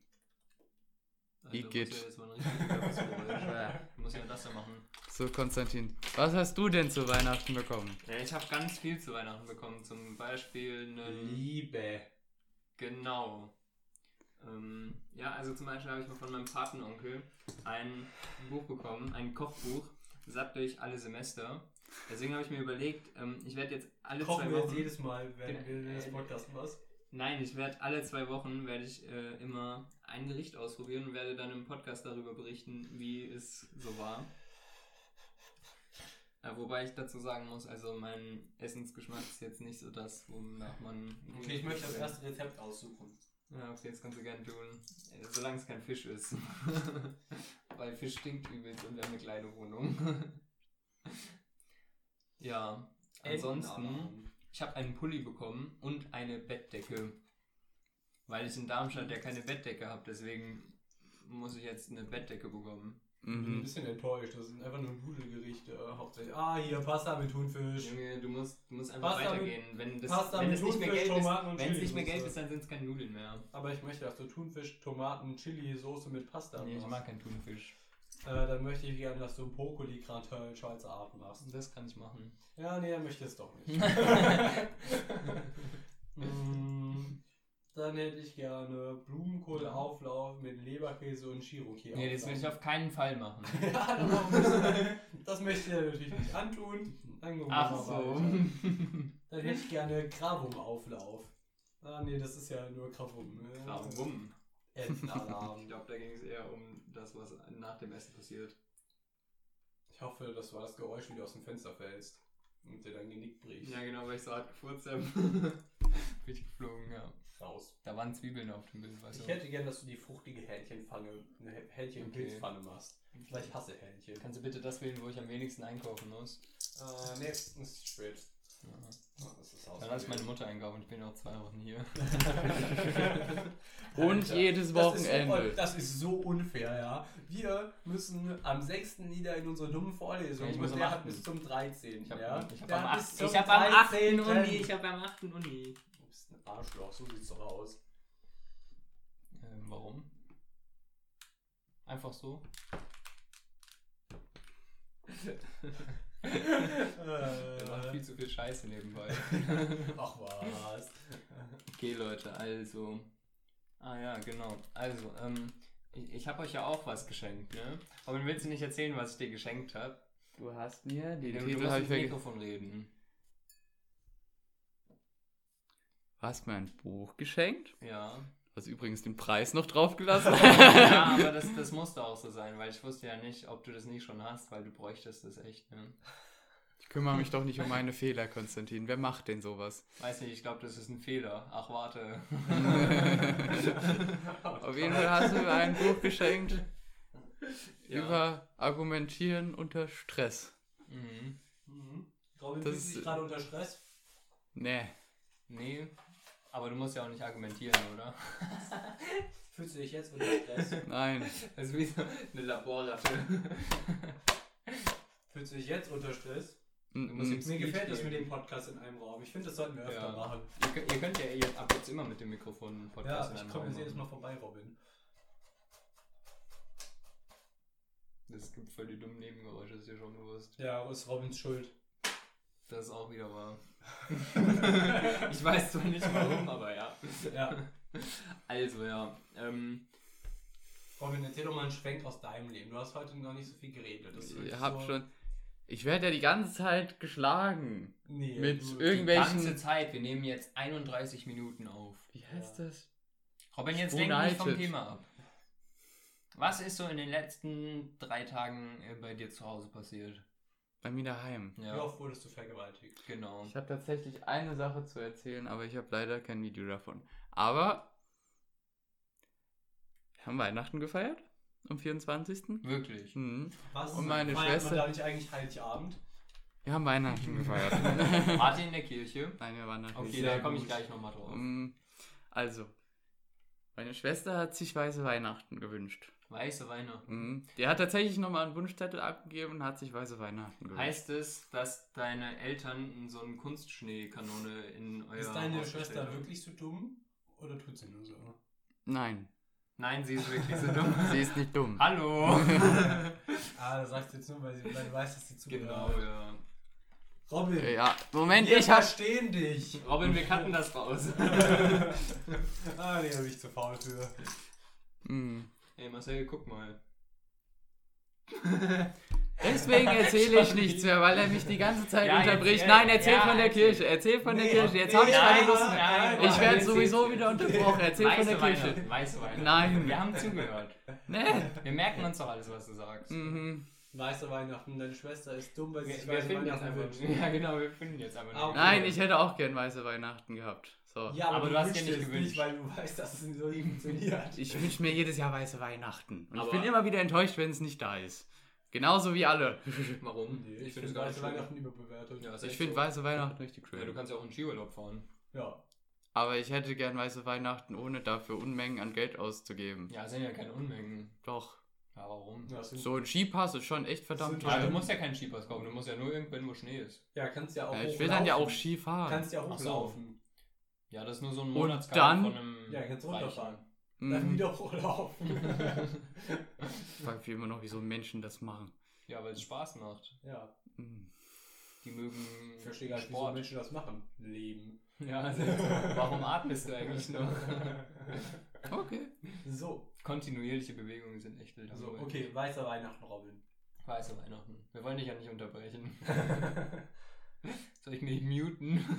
Speaker 2: Also
Speaker 3: Wie
Speaker 2: muss
Speaker 3: geht?
Speaker 2: Ja jetzt mal ein richtig gutes Geräusch. Ich muss ja das da machen.
Speaker 3: So, Konstantin, was hast du denn zu Weihnachten bekommen?
Speaker 2: Ja, ich habe ganz viel zu Weihnachten bekommen. Zum Beispiel
Speaker 1: Ähm,
Speaker 2: einen.
Speaker 1: Liebe.
Speaker 2: Genau. Ähm, ja, also zum Beispiel habe ich mal von meinem Patenonkel ein Buch bekommen, ein Kochbuch. Satt durch alle Semester. Deswegen habe ich mir überlegt, ähm, ich werde jetzt alle
Speaker 1: Kochen
Speaker 2: zwei
Speaker 1: wir jetzt
Speaker 2: Wochen.
Speaker 1: jedes Mal, wenn
Speaker 2: Genau.
Speaker 1: wir das Podcast machen.
Speaker 2: Nein, ich werde alle zwei Wochen werde ich äh, immer ein Gericht ausprobieren und werde dann im Podcast darüber berichten, wie es so war. Äh, wobei ich dazu sagen muss, also mein Essensgeschmack ist jetzt nicht so das, wonach man.
Speaker 1: Okay, ich möchte das erste Rezept aussuchen.
Speaker 2: Ja, okay, das kannst du gerne tun. Äh, Solange es kein Fisch ist. Weil Fisch stinkt übelst und wir haben eine kleine Wohnung. ja, ansonsten.
Speaker 1: Entenalarm.
Speaker 2: Ich habe einen Pulli bekommen und eine Bettdecke. Weil ich in Darmstadt ja keine Bettdecke habe, deswegen muss ich jetzt eine Bettdecke bekommen.
Speaker 1: Ich bin ein
Speaker 3: Mhm.
Speaker 1: bisschen enttäuscht. Das sind einfach nur Nudelgerichte. Hauptsächlich. Ah, hier Pasta mit Thunfisch.
Speaker 2: Junge, du musst, du musst einfach
Speaker 1: Pasta mit-
Speaker 2: weitergehen. Wenn das,
Speaker 1: Pasta
Speaker 2: wenn
Speaker 1: mit
Speaker 2: es nicht mehr
Speaker 1: Thunfisch,
Speaker 2: Geld ist,
Speaker 1: Tomaten und
Speaker 2: wenn es nicht mehr
Speaker 1: Chili-Soße.
Speaker 2: Geld ist, dann sind es keine Nudeln mehr.
Speaker 1: Aber ich möchte, dass du Thunfisch, Tomaten, Chili, Soße mit Pasta
Speaker 2: Nee, ich
Speaker 1: machst.
Speaker 2: mag keinen Thunfisch.
Speaker 1: Äh, dann möchte ich gerne, dass du ein brokkoli gratin Schweizer Art machst.
Speaker 2: Das kann ich machen.
Speaker 1: Ja, nee, dann möchte ich es doch nicht. Mm, dann hätte ich gerne Blumenkohlauflauf mit Leberkäse und Chirurgie.
Speaker 2: Nee, das will ich auf keinen Fall machen.
Speaker 1: das möchte ich dir natürlich nicht antun. Dann gucken wir
Speaker 2: Ach
Speaker 1: mal
Speaker 2: so.
Speaker 1: weiter. Dann hätte ich gerne Gravum-Auflauf. Ah, nee, das ist ja nur Gravum. ne?
Speaker 2: Warum? Ich
Speaker 1: Endalarm.
Speaker 2: glaube, da ging es eher um das, was nach dem Essen passiert.
Speaker 1: Ich hoffe, das war das Geräusch, wie du aus dem Fenster fällst. Und dir dein Genick bricht.
Speaker 2: Ja, genau, weil ich so hart gefurzt habe. Bin ich geflogen, ja.
Speaker 1: Raus.
Speaker 2: Da waren Zwiebeln auf dem Bild, weißt
Speaker 1: Also Ich
Speaker 2: du?
Speaker 1: hätte gern, dass du die fruchtige Hähnchenpfanne, eine Hä- Hähnchen-Pilzpfanne machst. Weil ich hasse Hähnchen.
Speaker 2: Kannst du bitte das wählen, wo ich am wenigsten einkaufen muss?
Speaker 1: Äh, nee, es ist spät.
Speaker 2: Ja.
Speaker 1: Ah, Das ist
Speaker 2: Dann lass meine Mutter einkaufen, ich bin auch zwei Wochen hier.
Speaker 3: Und
Speaker 1: Alter,
Speaker 3: jedes Wochenende.
Speaker 1: Das ist, so, unfair, ja. Wir müssen am 6. wieder in unsere dummen Vorlesungen.
Speaker 2: Ja, ich muss
Speaker 1: und
Speaker 2: am
Speaker 1: der
Speaker 2: 8..
Speaker 1: hat bis zum 13.
Speaker 2: Ich habe
Speaker 1: ja.
Speaker 2: ich hab
Speaker 1: Der
Speaker 2: am
Speaker 1: hat bis
Speaker 2: 8.
Speaker 1: zum
Speaker 2: Ich hab am 8.
Speaker 1: 13..
Speaker 2: Uni, ich habe am 8. Uni.
Speaker 1: Du bist ein Arschloch, so sieht's doch aus.
Speaker 2: Ähm, warum? Einfach so? Er macht viel
Speaker 1: äh,
Speaker 2: zu viel Scheiße nebenbei.
Speaker 1: ach was.
Speaker 2: Okay, Leute, also. Ah ja, genau. Also, ähm, ich, ich habe euch ja auch was geschenkt, ne? Aber dann willst du nicht erzählen, was ich dir geschenkt habe.
Speaker 3: Du hast mir den
Speaker 2: Du
Speaker 3: Titel
Speaker 2: musst
Speaker 3: hab
Speaker 2: ins
Speaker 3: ich vergessen.
Speaker 2: Mikrofon reden.
Speaker 3: Du hast mir ein Buch geschenkt.
Speaker 2: Ja.
Speaker 3: Hast übrigens den Preis noch draufgelassen.
Speaker 2: ja, aber das, das musste auch so sein, weil ich wusste ja nicht, ob du das nicht schon hast, weil du bräuchtest das echt. Ne?
Speaker 3: Ich kümmere mich doch nicht um meine Fehler, Konstantin. Wer macht denn sowas?
Speaker 2: Weiß nicht, ich glaube, das ist ein Fehler. Ach, warte.
Speaker 3: Auf jeden Fall hast du mir ein Buch geschenkt
Speaker 2: Ja.
Speaker 3: über Argumentieren unter Stress.
Speaker 2: Mhm.
Speaker 1: Mhm. Robin
Speaker 3: Das
Speaker 1: fühlt
Speaker 3: ist-
Speaker 1: sich gerade unter Stress.
Speaker 3: Nee.
Speaker 2: Nee, aber du musst ja auch nicht argumentieren, oder?
Speaker 1: Fühlst du dich jetzt unter Stress?
Speaker 3: Nein.
Speaker 2: Das ist wie so eine Laborratte.
Speaker 1: Fühlst du dich jetzt unter Stress?
Speaker 2: Du musst
Speaker 3: Mm-mm.
Speaker 2: ihm-
Speaker 1: Mir
Speaker 2: Speed
Speaker 1: gefällt das
Speaker 2: geben.
Speaker 1: mit dem Podcast in einem Raum. Ich finde, das sollten wir öfter
Speaker 2: Ja.
Speaker 1: machen.
Speaker 2: Ihr, könnt- ihr könnt ja jetzt ab jetzt immer mit dem Mikrofon einen Podcast
Speaker 1: Ja,
Speaker 2: in
Speaker 1: ich
Speaker 2: einem
Speaker 1: komme
Speaker 2: Raum
Speaker 1: jetzt jedes Mal
Speaker 2: machen.
Speaker 1: vorbei, Robin.
Speaker 2: Das gibt voll die dummen Nebengeräusche, ist dir schon bewusst.
Speaker 1: Ja, ist Robins Schuld.
Speaker 2: Das ist auch wieder wahr. ich weiß zwar nicht warum, aber ja.
Speaker 1: Ja.
Speaker 2: Also ja, ähm,
Speaker 1: Robin, erzähl doch mal einen Schwenk aus deinem Leben. Du hast heute noch nicht so viel geredet. Das ist wirklich
Speaker 3: Ich hab
Speaker 1: so-
Speaker 3: schon. Ich werde ja die ganze Zeit geschlagen.
Speaker 1: Nee,
Speaker 3: mit
Speaker 1: du-
Speaker 3: irgend-
Speaker 2: die
Speaker 3: Irgendwelchen-
Speaker 2: ganze Zeit, wir nehmen jetzt 31 Minuten auf.
Speaker 3: Wie heißt das?
Speaker 2: Robin, jetzt lenk mich vom
Speaker 3: United.
Speaker 2: Thema ab. Was ist so in den letzten drei Tagen äh, bei dir zu Hause passiert?
Speaker 3: Bei mir daheim.
Speaker 1: Wie oft wurdest du vergewaltigt?
Speaker 2: genau.
Speaker 3: Ich habe tatsächlich eine Sache zu erzählen, aber ich habe leider kein Video davon. Aber wir haben Weihnachten gefeiert am 24.
Speaker 2: Wirklich.
Speaker 3: Mhm.
Speaker 1: Was
Speaker 3: Und meine
Speaker 1: feiert
Speaker 3: Schwester-
Speaker 1: Man da nicht eigentlich Heiligabend?
Speaker 3: Wir haben Weihnachten gefeiert.
Speaker 2: Wart ihr in der Kirche?
Speaker 3: Nein, wir waren natürlich.
Speaker 2: Okay, da komme ich gleich nochmal drauf.
Speaker 3: Um, also, meine Schwester hat sich weiße Weihnachten gewünscht.
Speaker 2: Weiße Weihnachten.
Speaker 3: Mhm. Die hat tatsächlich nochmal einen Wunschzettel abgegeben und hat sich weiße Weihnachten gewünscht.
Speaker 2: Heißt es, dass deine Eltern so eine Kunstschneekanone in euer
Speaker 1: ist deine
Speaker 2: Haus gestellt
Speaker 1: Schwester
Speaker 2: haben?
Speaker 1: wirklich so dumm? Oder tut sie nur so?
Speaker 3: Nein,
Speaker 2: Nein, sie ist wirklich so dumm.
Speaker 3: sie ist nicht dumm.
Speaker 2: Hallo!
Speaker 1: Ah, das sagst du jetzt nur, weil, sie, weil du weißt, dass sie zu
Speaker 2: genau, ja.
Speaker 1: Robin,
Speaker 3: Äh, Ja, Moment,
Speaker 1: wir
Speaker 3: ich hab.
Speaker 1: verstehen dich.
Speaker 2: Robin, wir cutten das raus.
Speaker 1: Ah, nee, da bin ich zu faul für.
Speaker 3: Mhm.
Speaker 2: Ey, Marcel, guck mal.
Speaker 3: Deswegen erzähle ich nichts mehr, weil er mich die ganze Zeit
Speaker 2: Ja,
Speaker 3: unterbricht.
Speaker 2: jetzt-
Speaker 3: Nein, erzähl
Speaker 2: ja,
Speaker 3: von der
Speaker 2: erzähl.
Speaker 3: Kirche, erzähl von
Speaker 1: Nee,
Speaker 3: der Kirche. Jetzt
Speaker 1: nee,
Speaker 3: habe ich keine
Speaker 1: nein,
Speaker 3: Lust mehr.
Speaker 1: nein,
Speaker 2: nein,
Speaker 3: Ich werde
Speaker 2: nein,
Speaker 3: sowieso
Speaker 2: erzähl.
Speaker 3: wieder unterbrochen. Erzähl von
Speaker 2: Weiße
Speaker 3: der Kirche.
Speaker 2: Weihnachten, weiße Weihnachten.
Speaker 3: Nein.
Speaker 2: Wir haben zugehört.
Speaker 3: Nee.
Speaker 2: Wir merken uns doch alles, was du sagst.
Speaker 3: Mhm.
Speaker 1: Weiße Weihnachten, deine Schwester ist dumm, weil sie
Speaker 2: Wir,
Speaker 1: sich
Speaker 2: wir
Speaker 1: weiße
Speaker 2: finden jetzt
Speaker 1: Weihnachten
Speaker 2: einfach
Speaker 1: wünscht.
Speaker 2: Ja, genau, wir finden jetzt einfach
Speaker 1: Ah, okay.
Speaker 3: Nein, ich hätte auch gern weiße Weihnachten gehabt. So.
Speaker 1: Ja, aber,
Speaker 2: Aber
Speaker 1: du hast dir nicht gewünscht.
Speaker 2: gewünscht.
Speaker 1: Nicht, weil du weißt, dass es so nicht funktioniert.
Speaker 3: Ich wünsche mir jedes Jahr weiße Weihnachten. Und ich
Speaker 2: Aber-
Speaker 3: bin immer wieder enttäuscht, wenn es nicht da ist. Genauso wie alle.
Speaker 2: Warum?
Speaker 1: Nee, ich
Speaker 2: find
Speaker 1: finde
Speaker 2: das gar
Speaker 1: weiße
Speaker 2: nicht schlimm.
Speaker 1: Weihnachten überbewertet.
Speaker 2: Ja, ist
Speaker 3: Ich
Speaker 2: echt
Speaker 3: finde
Speaker 2: so.
Speaker 3: weiße Weihnachten richtig
Speaker 2: Ja, du
Speaker 3: schön.
Speaker 2: kannst ja auch einen Skiurlaub fahren.
Speaker 1: Ja.
Speaker 3: Aber ich hätte gern weiße Weihnachten, ohne dafür Unmengen an Geld auszugeben.
Speaker 2: Ja, sind ja keine Unmengen.
Speaker 3: Doch.
Speaker 2: Ja, warum?
Speaker 1: Ja, sind-
Speaker 3: So ein Skipass ist schon echt verdammt
Speaker 1: Ja,
Speaker 2: Aber du
Speaker 3: teuer.
Speaker 2: musst ja keinen Skipass kaufen, du musst ja nur irgendwann, wo Schnee ist.
Speaker 1: ja, kannst ja auch
Speaker 3: Ja, ich will dann ja auch
Speaker 1: hochlaufen.
Speaker 3: Ski fahren.
Speaker 1: Kannst ja
Speaker 2: Ach so.
Speaker 1: hochlaufen.
Speaker 2: Ja, das ist nur so ein
Speaker 3: Und
Speaker 2: Monatskarte
Speaker 3: dann-
Speaker 2: von einem.
Speaker 1: Ja, kannst runterfahren.
Speaker 2: Reichen.
Speaker 1: Dann
Speaker 3: Mhm.
Speaker 1: wieder hochlaufen.
Speaker 3: Ich frage mich immer noch, wieso Menschen das machen.
Speaker 2: Ja, weil es Spaß macht.
Speaker 1: ja,
Speaker 3: Mhm.
Speaker 2: Die mögen
Speaker 1: ich verstehe gar nicht, wieso
Speaker 2: Sport.
Speaker 1: Menschen das machen. Leben.
Speaker 2: ja, also, warum atmest du eigentlich noch?
Speaker 3: Okay.
Speaker 1: So,
Speaker 2: Kontinuierliche Bewegungen sind echt wild.
Speaker 1: so
Speaker 2: Aber
Speaker 1: okay, weißer Weihnachten, Robin.
Speaker 2: Weiße Weihnachten. Wir wollen dich ja nicht unterbrechen. Soll ich mich muten?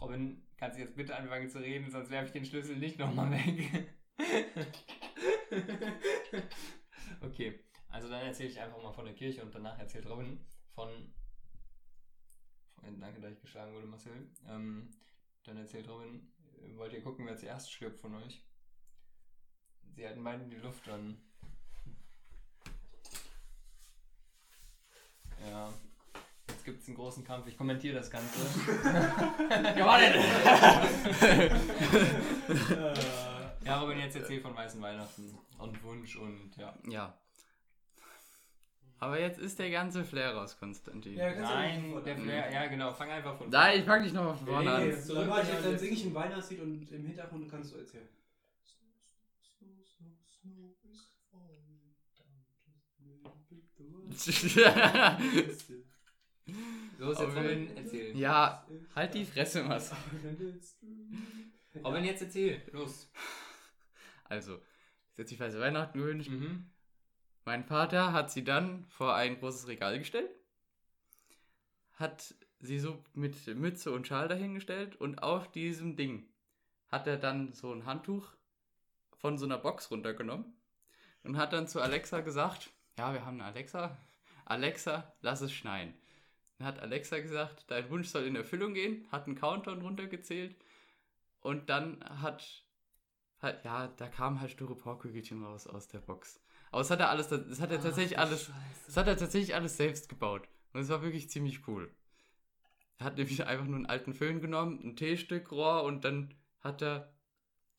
Speaker 2: Robin, kannst du jetzt bitte anfangen zu reden, sonst werfe ich den Schlüssel nicht nochmal weg. okay, also dann erzähle ich einfach mal von der Kirche und danach erzählt Robin von. von- Danke, dass ich geschlagen wurde, Marcel. Ähm, dann erzählt Robin, äh, wollt ihr gucken, wer zuerst stirbt von euch? Sie halten beide die Luft an. Ja. Jetzt gibt es einen großen Kampf. Ich kommentiere das Ganze. Gewonnen!
Speaker 1: äh,
Speaker 2: Ja, Robin, jetzt erzähl von Weißen Weihnachten und Wunsch und ja.
Speaker 3: Ja. Aber jetzt ist der ganze Flair raus, Konstantin.
Speaker 1: Ja, kannst du nicht
Speaker 2: Nein,
Speaker 1: von-
Speaker 2: der Flair, ja genau, fang einfach von
Speaker 3: Nein, ich pack dich nochmal von
Speaker 2: Nee,
Speaker 3: vorne an.
Speaker 2: nee.
Speaker 1: So, dann, mach ich, dann singe ich ein Weihnachtslied und im Hintergrund kannst du erzählen.
Speaker 2: So ist jetzt
Speaker 3: Aber
Speaker 2: Robin, erzähl.
Speaker 3: ja, halt die Fresse, Marcel.
Speaker 2: Robin, jetzt erzähl. Los.
Speaker 3: Also, sie hat sich weiße Weihnachten gewünscht.
Speaker 2: Mhm.
Speaker 3: Mein Vater hat sie dann vor ein großes Regal gestellt, hat sie so mit Mütze und Schal dahingestellt und auf diesem Ding hat er dann so ein Handtuch von so einer Box runtergenommen und hat dann zu Alexa gesagt, ja, wir haben eine Alexa. Alexa, lass es schneien. Dann hat Alexa gesagt, dein Wunsch soll in Erfüllung gehen, hat einen Countdown runtergezählt und dann hat, hat ja, da kamen halt Styroporkügelchen raus aus der Box. Aber das hat er alles, das hat er tatsächlich alles, das hat er tatsächlich alles selbst gebaut. Und es war wirklich ziemlich cool. Er hat nämlich einfach nur einen alten Föhn genommen, ein T-Stück Rohr und dann hat er,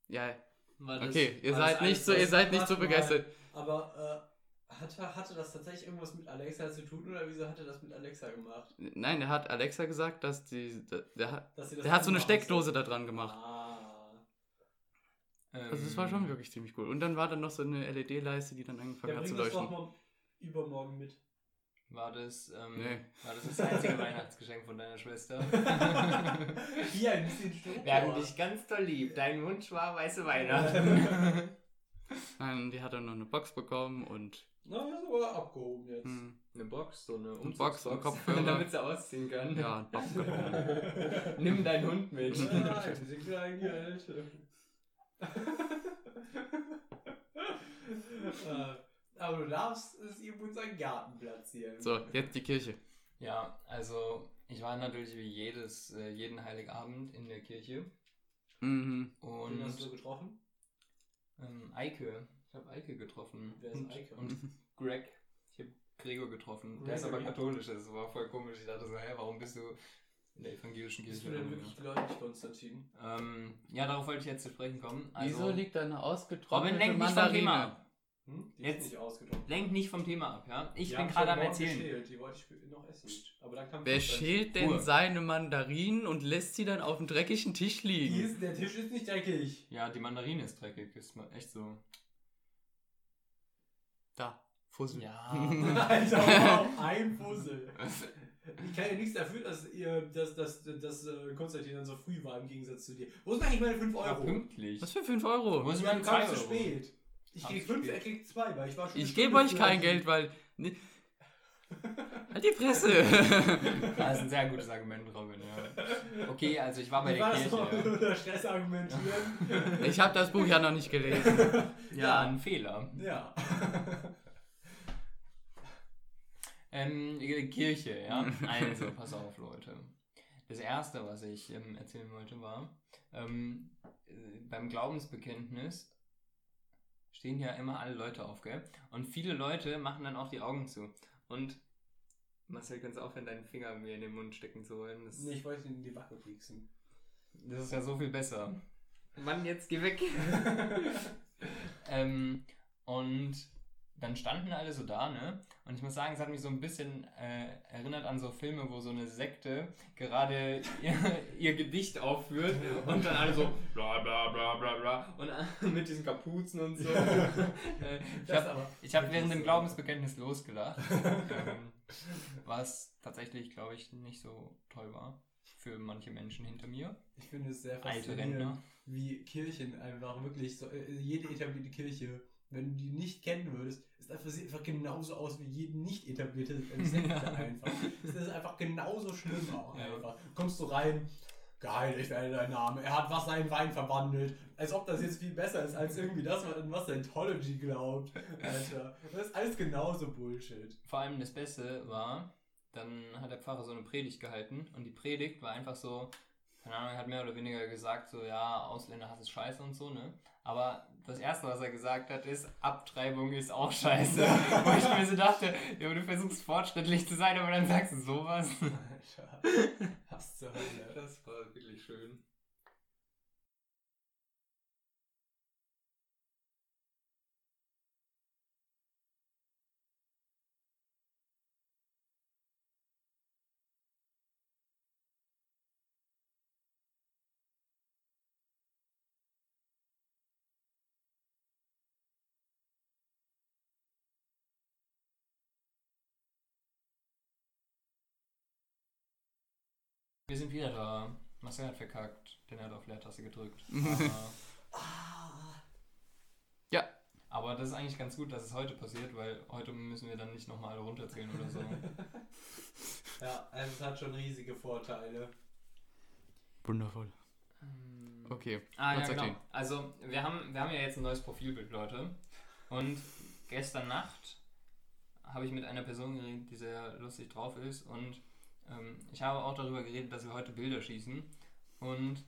Speaker 3: ja,
Speaker 1: War das-
Speaker 3: okay, ihr
Speaker 1: war das
Speaker 3: seid nicht
Speaker 1: alles,
Speaker 3: so, ihr
Speaker 1: was
Speaker 3: seid nicht
Speaker 1: gemacht
Speaker 3: so
Speaker 1: wurde?
Speaker 3: begeistert.
Speaker 1: Aber äh, hatte, hatte das tatsächlich irgendwas mit Alexa zu tun oder wieso hat er das mit Alexa gemacht?
Speaker 3: Nein, er hat Alexa gesagt, dass die, der, der, hat-
Speaker 1: Dass sie das
Speaker 3: der hat so eine
Speaker 1: anmachen
Speaker 3: Steckdose
Speaker 1: soll?
Speaker 3: da dran gemacht.
Speaker 1: Ah.
Speaker 3: Also das war
Speaker 2: Ähm,
Speaker 3: schon wirklich ziemlich cool. Und dann war da noch so eine LED-Leiste, die dann
Speaker 1: Ähm. Ja,
Speaker 3: angefangen
Speaker 1: bring
Speaker 3: hat
Speaker 1: das
Speaker 3: zu
Speaker 1: doch
Speaker 3: leuchten.
Speaker 1: mal übermorgen mit.
Speaker 2: War das, ähm,
Speaker 3: Nee.
Speaker 2: war das das einzige Weihnachtsgeschenk von deiner Schwester?
Speaker 1: Hier ein bisschen Strom.
Speaker 2: Wir haben dich ganz doll lieb. Dein Wunsch war weiße Weihnachten.
Speaker 3: Nein, die hat dann noch eine Box bekommen und
Speaker 1: Na, das ist aber abgehoben jetzt.
Speaker 3: hm,
Speaker 2: Eine Box, so eine
Speaker 3: Box, ein Kopfhörer.
Speaker 2: damit sie ausziehen kann.
Speaker 3: ja, ein Bock bekommen.
Speaker 2: Nimm deinen Hund mit.
Speaker 1: Ja, diese kleinen Geräte. Äh, Aber du darfst es ihm unseren Garten platzieren.
Speaker 3: So, jetzt die Kirche.
Speaker 2: Ja, also ich war natürlich wie jedes, äh, jeden Heiligabend in der Kirche.
Speaker 3: Mhm.
Speaker 1: Wen hast du so
Speaker 2: Und
Speaker 1: getroffen?
Speaker 2: ähm, Eike, ich habe Eike getroffen.
Speaker 1: Wer ist Eike?
Speaker 2: Und, und Greg, ich habe Gregor getroffen. Der ist aber
Speaker 1: Gregory.
Speaker 2: katholisch, das war voll komisch. Ich dachte so, hä, warum bist du in der evangelischen
Speaker 1: Bist
Speaker 2: Kirche?
Speaker 1: du denn wirklich gläubig, Konstantin?
Speaker 2: Ähm, ja, darauf wollte ich jetzt zu sprechen kommen.
Speaker 3: Wieso
Speaker 2: Also,
Speaker 3: liegt da eine
Speaker 2: Robin,
Speaker 3: ausgetrocknete
Speaker 2: lenk nicht vom Thema
Speaker 3: Mandarine?
Speaker 2: ab.
Speaker 1: Hm? Die
Speaker 2: Jetzt-
Speaker 1: ist nicht ausgetrocknet.
Speaker 2: Lenk nicht vom Thema ab, ja? Ich
Speaker 1: Die
Speaker 2: bin
Speaker 1: haben
Speaker 2: gerade
Speaker 1: schon
Speaker 2: am
Speaker 1: morgen
Speaker 2: Erzählen.
Speaker 1: geschält, Die wollte ich noch essen. Aber dann kam
Speaker 3: Wer
Speaker 1: Konstantin.
Speaker 3: schält denn
Speaker 2: Ruhe.
Speaker 3: seine Mandarinen und lässt sie dann auf dem dreckigen Tisch
Speaker 1: Die
Speaker 3: liegen?
Speaker 1: ist, der Tisch ist nicht dreckig.
Speaker 2: Ja, die Mandarine ist dreckig, ist mal echt so.
Speaker 3: Da, Fussel.
Speaker 2: Ja.
Speaker 1: Alter, wow, ein Puzzle. Ich kann ja nichts dafür, dass, ihr, dass, dass, dass äh, Konstantin dann so früh war im Gegensatz zu dir. Wo sind eigentlich meine 5
Speaker 2: War
Speaker 1: Euro?
Speaker 2: pünktlich.
Speaker 3: Was für 5
Speaker 2: Wo
Speaker 3: Euro?
Speaker 2: ist
Speaker 1: Ja,
Speaker 2: mein
Speaker 1: du kamst
Speaker 2: 2
Speaker 1: zu
Speaker 2: also Euro?
Speaker 1: spät. Ich
Speaker 2: Kam
Speaker 1: krieg
Speaker 2: zu
Speaker 1: 5, er
Speaker 2: spät.
Speaker 1: kriegt 2, weil ich war schon.
Speaker 3: Ich gebe euch kein Geld, weil... Nee. Halt die Fresse!
Speaker 2: Das ist ein sehr gutes Argument, Robin, ja. Okay, also ich war bei
Speaker 1: Ich war
Speaker 2: der
Speaker 1: das noch
Speaker 2: Kirche.
Speaker 1: unter Stress argumentieren.
Speaker 3: Ich habe das Buch ja noch nicht gelesen.
Speaker 2: Ja, ein Fehler.
Speaker 1: ja.
Speaker 2: Ähm, die Kirche, ja. Also, pass auf, Leute. Das erste, was ich ähm, erzählen wollte, war, ähm, äh, beim Glaubensbekenntnis stehen ja immer alle Leute auf, gell? Und viele Leute machen dann auch die Augen zu. Und Marcel, kannst du aufhören, deinen Finger mir in den Mund stecken zu wollen? Das,
Speaker 1: Nee, ich wollte ihn in die Wacke pieksen.
Speaker 2: das ist ja so viel besser. Mann, jetzt geh weg. ähm, und dann standen alle so da, ne? Und ich muss sagen, es hat mich so ein bisschen äh, erinnert an so Filme, wo so eine Sekte gerade ihr, ihr Gedicht aufführt und dann alle so bla bla bla bla bla und äh, mit diesen Kapuzen und so. äh, ich
Speaker 1: Das
Speaker 2: habe
Speaker 1: aber-
Speaker 2: ich hab während dem Glaubensbekenntnis losgelacht, ähm, was tatsächlich, glaube ich, nicht so toll war für manche Menschen hinter mir.
Speaker 1: Ich finde es sehr
Speaker 2: Alte
Speaker 1: faszinierend,
Speaker 2: Rentner.
Speaker 1: wie Kirchen einfach wirklich so, äh, jede etablierte Kirche, wenn du die nicht kennen würdest, ist einfach, sieht einfach genauso aus wie jede nicht etablierte äh, Sekte einfach. Es ist einfach genauso schlimm auch
Speaker 2: Ja.
Speaker 1: einfach. Kommst du rein, geheiligt werde dein Name, er hat Wasser in Wein verwandelt, als ob das jetzt viel besser ist als irgendwie das, was- an was Scientology glaubt. Alter, das ist alles genauso Bullshit.
Speaker 2: Vor allem das Beste war, dann hat der Pfarrer so eine Predigt gehalten und die Predigt war einfach so, keine Ahnung, er hat mehr oder weniger gesagt, so ja, Ausländerhass ist scheiße und so, ne? Aber das Erste, was er gesagt hat, ist, Abtreibung ist auch scheiße. Wo ich mir so dachte, ja, aber du versuchst fortschrittlich zu sein, aber dann sagst du sowas.
Speaker 1: Alter, was zur Hölle.
Speaker 2: Das war wirklich schön. Wir sind wieder da. Marcel hat verkackt, denn er hat auf Leertaste gedrückt. Aber-
Speaker 1: Ah,
Speaker 2: Aber das ist eigentlich ganz gut, dass es heute passiert, weil heute müssen wir dann nicht nochmal alle runterzählen oder so.
Speaker 3: ähm,
Speaker 1: ja, also es hat schon riesige Vorteile.
Speaker 3: Wundervoll.
Speaker 2: Ähm,
Speaker 3: Okay.
Speaker 2: Ah, ja,
Speaker 3: Gott sei
Speaker 2: genau.
Speaker 3: Dank.
Speaker 2: Also, wir haben, wir haben ja jetzt ein neues Profilbild, Leute. Und gestern Nacht habe ich mit einer Person geredet, die sehr lustig drauf ist. Und ähm, ich habe auch darüber geredet, dass wir heute Bilder schießen. Und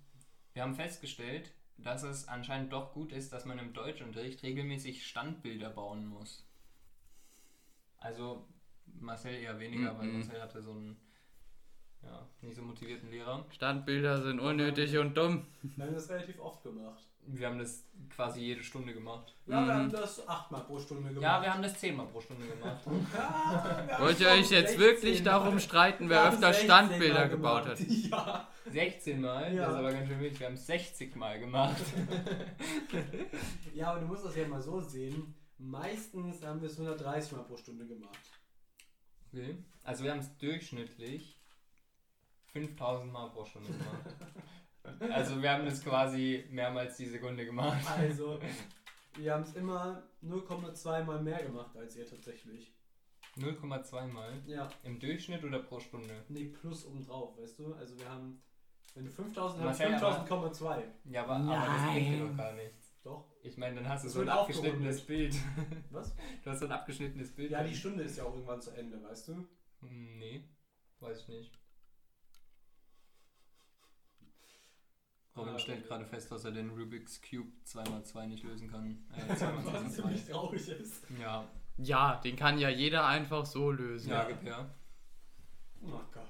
Speaker 2: wir haben festgestellt, dass es anscheinend doch gut ist, dass man im Deutschunterricht regelmäßig Standbilder bauen muss. Also Marcel eher weniger, weil
Speaker 3: Mhm.
Speaker 2: Marcel hatte so einen ja, nicht so motivierten Lehrer.
Speaker 3: Standbilder sind unnötig und dumm.
Speaker 1: Wir haben das relativ oft gemacht.
Speaker 2: Wir haben das quasi jede Stunde gemacht.
Speaker 1: Ja, wir
Speaker 3: Mhm.
Speaker 1: haben das achtmal pro Stunde gemacht.
Speaker 2: Ja, wir haben das zehnmal pro Stunde gemacht.
Speaker 1: Ja, wir haben
Speaker 3: Wollt ihr
Speaker 1: schon
Speaker 3: euch jetzt
Speaker 1: 16
Speaker 3: wirklich
Speaker 1: Mal-
Speaker 3: darum streiten,
Speaker 1: Wir
Speaker 3: wer
Speaker 1: haben
Speaker 3: öfter
Speaker 1: 16
Speaker 3: Standbilder
Speaker 1: Mal
Speaker 3: gebaut
Speaker 1: gemacht.
Speaker 3: hat?
Speaker 1: Ja.
Speaker 2: 16 Mal,
Speaker 1: Ja.
Speaker 2: das ist aber ganz schön wenig. Wir haben es 60 Mal gemacht.
Speaker 1: ja, aber du musst das ja mal so sehen. Meistens haben wir es 130 Mal pro Stunde gemacht.
Speaker 2: Okay. Also wir haben es durchschnittlich 5000 Mal pro Stunde gemacht. Also wir haben es quasi mehrmals die Sekunde gemacht.
Speaker 1: Also, wir haben es immer 0,2 Mal mehr gemacht als ihr tatsächlich.
Speaker 2: 0,2 Mal.
Speaker 1: Ja,
Speaker 2: Im Durchschnitt oder pro Stunde?
Speaker 1: nee, plus obendrauf, weißt du? Also, wir haben, wenn du 5000 hast,
Speaker 2: Marcel,
Speaker 1: 5000,2.
Speaker 2: Ja, aber, aber das bringt dir doch
Speaker 3: Nein.
Speaker 2: gar nichts.
Speaker 1: Doch,
Speaker 2: Ich meine, dann hast du
Speaker 1: Es
Speaker 2: so ein
Speaker 1: wird
Speaker 2: abgeschnittenes Bild.
Speaker 1: was?
Speaker 2: Du hast so ein abgeschnittenes Bild. Hm,
Speaker 1: Ja, die Stunde ist ja auch irgendwann zu Ende, weißt du?
Speaker 2: Nee, weiß ich nicht. Robin
Speaker 1: Ah,
Speaker 2: stellt
Speaker 1: okay.
Speaker 2: gerade fest, dass er den Rubik's Cube 2x2 nicht lösen kann. Äh,
Speaker 1: Was
Speaker 2: 2x2.
Speaker 1: ziemlich traurig ist.
Speaker 2: Ja,
Speaker 3: Ja, den kann ja jeder einfach so lösen.
Speaker 2: ja, gib her.
Speaker 1: Oh Gott.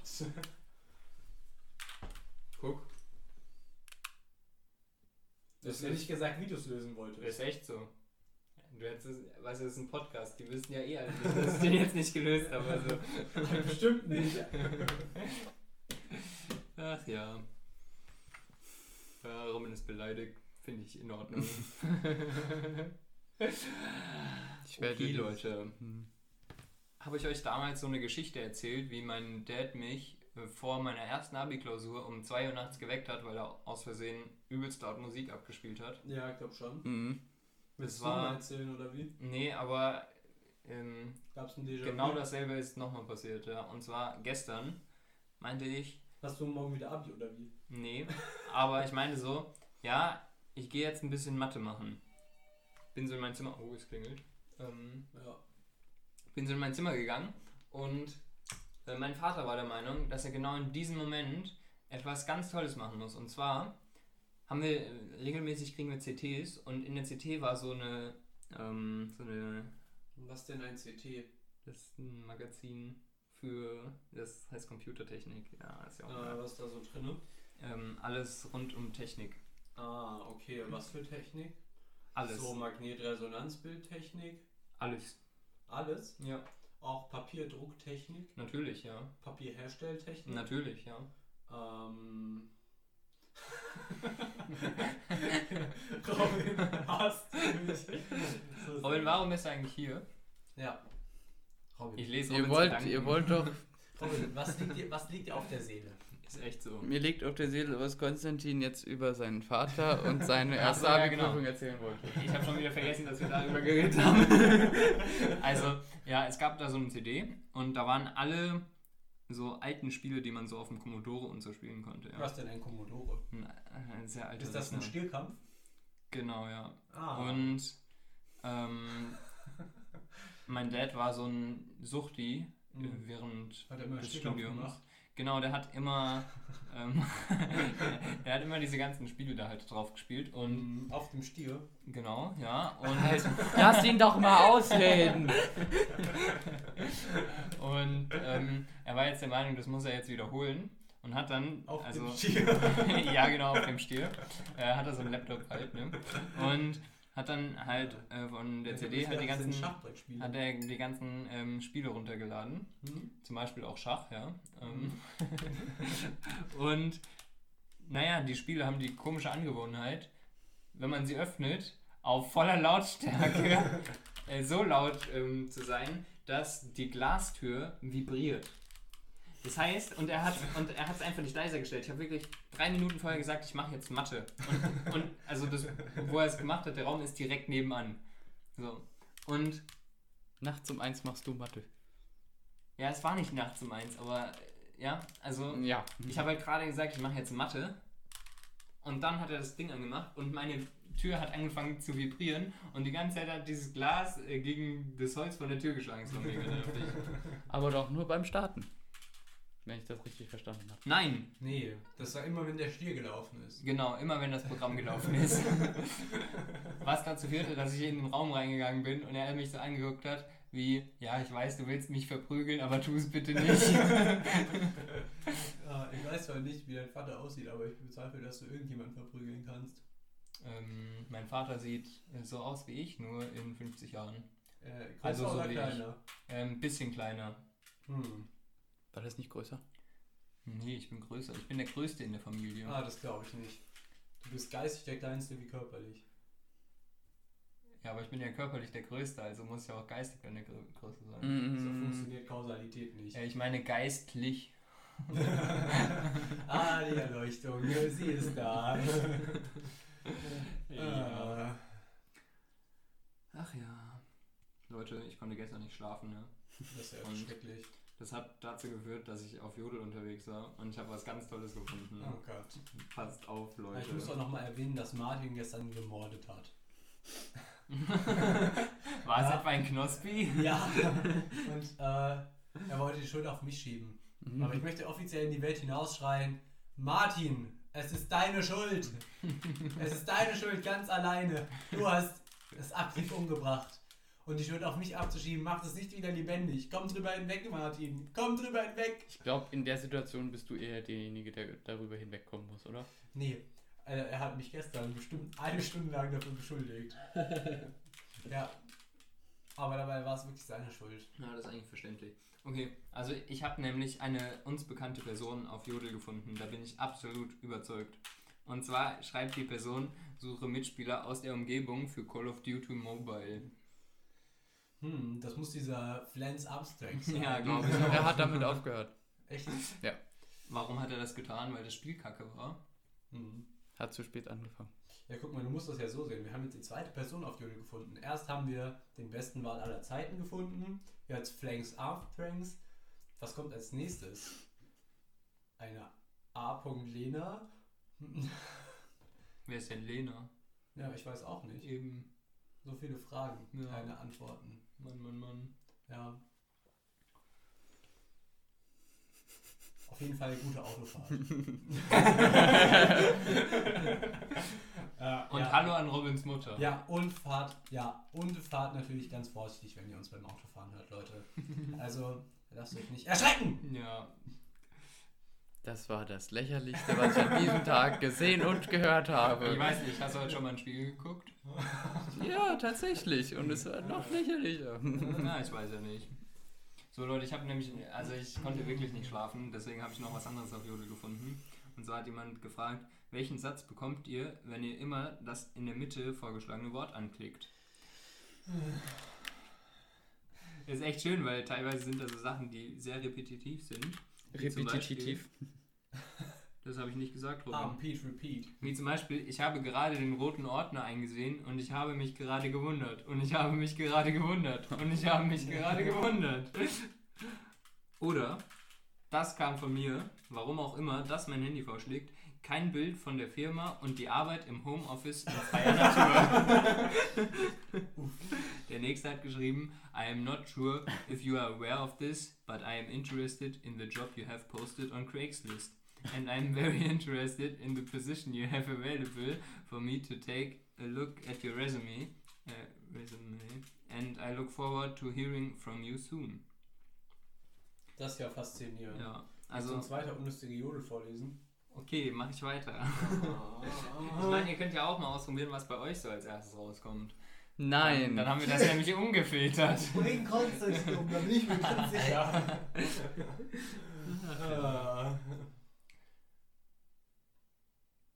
Speaker 2: Guck.
Speaker 1: Das
Speaker 2: Das
Speaker 1: hätte ich
Speaker 2: ist,
Speaker 1: gesagt, Videos lösen
Speaker 2: das
Speaker 1: wollte.
Speaker 2: ist echt so. Du hättest es, weißt du, das ist ein Podcast, die wissen ja eh alle, nicht, dass ich den jetzt nicht gelöst habe. Also.
Speaker 1: Bestimmt nicht.
Speaker 2: Ach ja. ja. Robin ist beleidigt, finde ich in Ordnung.
Speaker 3: Ich werde
Speaker 2: okay,
Speaker 3: dieses-
Speaker 2: Leute.
Speaker 3: Hm.
Speaker 2: Habe ich euch damals so eine Geschichte erzählt, wie mein Dad mich äh, vor meiner ersten Abi-Klausur um 2 Uhr nachts geweckt hat, weil er aus Versehen übelst laut Musik abgespielt hat?
Speaker 1: Ja, ich glaube schon.
Speaker 3: Mhm.
Speaker 1: Willst du
Speaker 2: war-
Speaker 1: mal erzählen oder wie?
Speaker 2: Nee, aber ähm,
Speaker 1: Gab's ein Déjà-vu?
Speaker 2: genau dasselbe ist nochmal passiert. Ja. Und zwar gestern meinte ich,
Speaker 1: Hast du morgen wieder Abi oder wie?
Speaker 2: Nee, aber ich meine so, ja, ich gehe jetzt ein bisschen Mathe machen. Bin so in mein Zimmer, oh, es klingelt. Ähm,
Speaker 1: Ja.
Speaker 2: bin so in mein Zimmer gegangen und äh, mein Vater war der Meinung, dass er genau in diesem Moment etwas ganz Tolles machen muss. Und zwar haben wir äh, regelmäßig kriegen wir CTs und in der CT war so eine, ähm, so eine,
Speaker 1: Was denn ein CT?
Speaker 2: das ist ein Magazin für, das heißt Computertechnik. Ja, ist ja auch
Speaker 1: Ah,
Speaker 2: geil.
Speaker 1: was ist da so drin?
Speaker 2: Ähm, alles rund um Technik.
Speaker 1: Ah, okay. Und was für Technik?
Speaker 2: Alles.
Speaker 1: So Magnetresonanzbildtechnik.
Speaker 2: Alles.
Speaker 1: Alles.
Speaker 2: Ja.
Speaker 1: Auch Papierdrucktechnik.
Speaker 2: Natürlich, ja.
Speaker 1: Papierherstelltechnik.
Speaker 2: Natürlich, ja.
Speaker 1: Ähm. Robin hasst mich. So
Speaker 2: Robin,
Speaker 1: sehr.
Speaker 2: warum bist du eigentlich hier?
Speaker 1: Ja. Robin.
Speaker 2: Ich lese
Speaker 3: Ihr
Speaker 2: Robins
Speaker 3: wollt,
Speaker 2: Gedanken.
Speaker 3: ihr wollt doch.
Speaker 1: Robin, was liegt, dir, was liegt dir auf der Seele?
Speaker 2: Ist echt so.
Speaker 3: Mir liegt auf der Seele, was Konstantin jetzt über seinen Vater und seine
Speaker 2: Ach so,
Speaker 3: erste
Speaker 2: ja,
Speaker 3: Abi-Prüfung
Speaker 2: genau.
Speaker 3: erzählen wollte.
Speaker 2: Ich habe schon wieder vergessen, dass wir darüber geredet haben. also, ja, es gab da so eine CD und da waren alle so alten Spiele, die man so auf dem Commodore und so spielen konnte. Ja.
Speaker 1: Was denn ein Commodore?
Speaker 2: Ein, äh, ein sehr alter
Speaker 1: Ist das ein
Speaker 2: Rechner.
Speaker 1: Stierkampf?
Speaker 2: Genau, ja.
Speaker 1: Ah.
Speaker 2: Und ähm, mein Dad war so ein Suchti äh,
Speaker 1: Mhm.
Speaker 2: während
Speaker 1: Hat er immer
Speaker 2: des
Speaker 1: Stierkampf
Speaker 2: Studiums.
Speaker 1: gemacht?
Speaker 2: Genau, der hat immer ähm, der hat immer diese ganzen Spiele da halt drauf gespielt und
Speaker 1: Mhm, Auf dem Stier.
Speaker 2: genau, ja, und,
Speaker 3: Lass ihn doch mal ausreden!
Speaker 2: und ähm, er war jetzt der Meinung, das muss er jetzt wiederholen und hat dann
Speaker 1: Auf
Speaker 2: also
Speaker 1: dem Stier.
Speaker 2: ja, genau, auf dem Stiel. Äh, hat er so einen Laptop halt, ne? Und hat dann halt äh, von der CD halt die ganzen
Speaker 1: Schachbrettspiele.
Speaker 2: hat er die ganzen ähm, Spiele runtergeladen.
Speaker 1: Hm?
Speaker 2: Zum Beispiel auch Schach, ja. Ähm, und naja, die Spiele haben die komische Angewohnheit, wenn man sie öffnet, auf voller Lautstärke äh, so laut ähm, zu sein, dass die Glastür vibriert. Das heißt, und er hat und er hat es einfach nicht leiser gestellt. Ich habe wirklich drei Minuten vorher gesagt, ich mache jetzt Mathe. Und, und also das, wo er es gemacht hat, der Raum ist direkt nebenan. So. Und
Speaker 3: Nachts um eins machst du Mathe.
Speaker 2: ja, es war nicht nachts um eins, aber äh, ja, also
Speaker 3: Ja.
Speaker 2: ich habe halt gerade gesagt, ich mache jetzt Mathe. Und dann hat er das Ding angemacht und meine Tür hat angefangen zu vibrieren und die ganze Zeit hat dieses Glas äh, gegen das Holz von der Tür geschlagen. Das war mega nervig.
Speaker 3: Aber doch nur beim Starten. Wenn ich das richtig verstanden habe.
Speaker 2: Nein,
Speaker 1: Nee, das war immer, wenn der Stier gelaufen ist.
Speaker 2: genau, immer wenn das Programm gelaufen ist. Was dazu führte, dass ich in den Raum reingegangen bin und er mich so angeguckt hat, wie, ja, ich weiß, du willst mich verprügeln, aber tu es bitte nicht.
Speaker 1: Ja, ich weiß zwar nicht, wie dein Vater aussieht, aber ich bezweifle, dass du irgendjemanden verprügeln kannst.
Speaker 2: ähm, mein Vater sieht äh, so aus wie ich, nur in 50 Jahren.
Speaker 1: Äh, größer
Speaker 2: Also so
Speaker 1: oder
Speaker 2: wie ich.
Speaker 1: kleiner?
Speaker 2: Ein ähm, bisschen kleiner.
Speaker 1: Hm.
Speaker 3: War das nicht größer?
Speaker 2: Hm, Nee, ich bin größer. Ich bin der Größte in der Familie.
Speaker 1: Ah, das glaube ich nicht. Du bist geistig der Kleinste wie körperlich.
Speaker 2: Ja, aber ich bin ja körperlich der Größte, also muss ich auch geistig dann der Grö- Größte sein.
Speaker 1: So
Speaker 3: Mhm.
Speaker 1: funktioniert Kausalität nicht.
Speaker 2: Ja, ich meine geistlich.
Speaker 1: ah, die Erleuchtung, sie ist da.
Speaker 2: Ja.
Speaker 1: Ah.
Speaker 2: Ach ja. Leute, ich konnte gestern nicht schlafen, ne?
Speaker 1: Das ist ja
Speaker 2: Und-
Speaker 1: schrecklich.
Speaker 2: Das hat dazu geführt, dass ich auf Jodel unterwegs war und ich habe was ganz Tolles gefunden.
Speaker 1: Oh Gott.
Speaker 2: Passt auf,
Speaker 1: Aber Ich
Speaker 2: Leute.
Speaker 1: muss auch nochmal erwähnen, dass Martin gestern gemordet hat.
Speaker 2: War es etwa ein Knospi?
Speaker 1: Ja. Und äh, er wollte die Schuld auf mich schieben. Aber ich möchte offiziell in die Welt hinausschreien: Martin, es ist deine Schuld. Es ist deine Schuld ganz alleine. Du hast es aktiv umgebracht. Und die Schuld auf mich abzuschieben, macht es nicht wieder lebendig. Komm drüber hinweg, Martin. Komm drüber hinweg.
Speaker 3: Ich glaube, in der Situation bist du eher derjenige, der darüber hinwegkommen muss, oder?
Speaker 1: Nee, äh, er hat mich gestern bestimmt eine Stunde lang dafür beschuldigt. ja. Aber dabei war es wirklich seine Schuld.
Speaker 2: Ja, das ist eigentlich verständlich. Okay, also ich habe nämlich eine uns bekannte Person auf Jodel gefunden. Da bin ich absolut überzeugt. Und zwar schreibt die Person, suche Mitspieler aus der Umgebung für Call of Duty Mobile.
Speaker 1: Hm, das muss dieser Flans Abstract sein.
Speaker 2: Ja, glaube ich.
Speaker 3: Er
Speaker 2: Auch.
Speaker 3: hat damit aufgehört.
Speaker 1: Echt?
Speaker 2: Warum hat er das getan? Weil das Spiel kacke war.
Speaker 1: Hm.
Speaker 3: Hat zu spät angefangen.
Speaker 1: Ja, guck mal, du musst das ja so sehen. Wir haben jetzt die zweite Person auf Jodel gefunden. Erst haben wir den besten Wahl aller Zeiten gefunden. Jetzt Flanks Afterpranks. Was kommt als nächstes? Eine A. Lena?
Speaker 2: Wer ist denn Lena?
Speaker 1: Ja, ich weiß auch nicht.
Speaker 2: Eben.
Speaker 1: So viele Fragen,
Speaker 2: Ja.
Speaker 1: keine Antworten.
Speaker 2: Mann, Mann, Mann.
Speaker 1: Ja. Auf jeden Fall eine gute Autofahrt. Äh,
Speaker 2: Und
Speaker 1: ja.
Speaker 2: hallo an Robins Mutter.
Speaker 1: Ja, und fahrt, ja, und fahrt natürlich ganz vorsichtig, wenn ihr uns beim Autofahren hört, Leute. Also, lasst euch nicht erschrecken!
Speaker 2: Ja.
Speaker 3: Das war das lächerlichste, was ich an diesem Tag gesehen und gehört
Speaker 2: Ich
Speaker 3: habe.
Speaker 2: weiß nicht, hast du heute schon mal ein Spiel geguckt?
Speaker 3: Ja, tatsächlich. Und es war noch lächerlicher.
Speaker 2: Na, ich weiß ja nicht. So Leute, ich habe nämlich, also ich konnte wirklich nicht schlafen, deswegen habe ich noch was anderes auf Jodel gefunden. Und zwar hat jemand gefragt, welchen Satz bekommt ihr, wenn ihr immer das in der Mitte vorgeschlagene Wort anklickt? Ist echt schön, weil teilweise sind da so Sachen, die sehr repetitiv sind. Wie zum
Speaker 3: Repetitiv.
Speaker 2: Das habe ich nicht gesagt, Robin.
Speaker 1: Ah, repeat, repeat.
Speaker 2: Wie zum Beispiel, ich habe gerade den roten Ordner eingesehen und ich habe mich gerade gewundert. Und ich habe mich gerade gewundert. Und ich habe mich gerade gewundert. Oder, das kam von mir, warum auch immer, dass mein Handy vorschlägt, kein Bild von der Firma und die Arbeit im Homeoffice in freier Natur. der nächste hat geschrieben, I am not sure if you are aware of this, but I am interested in the job you have posted on Craigslist. And I'm very interested in the position you have available for me to take a look at your resume. Uh, resume. And I look forward to hearing from you soon.
Speaker 1: Das ist ja faszinierend.
Speaker 2: Ja,
Speaker 1: Also,
Speaker 2: also,
Speaker 1: uns weiter unnützige Jodel vorlesen.
Speaker 2: okay, mach ich weiter.
Speaker 1: Oh.
Speaker 2: Ich meine, ihr könnt ja auch mal ausprobieren, was bei euch so als erstes rauskommt. Dann,
Speaker 3: Nein.
Speaker 2: dann haben wir das nämlich umgefiltert.
Speaker 1: Wohin kommst du jetzt um? Da bin ich mir ganz sicher.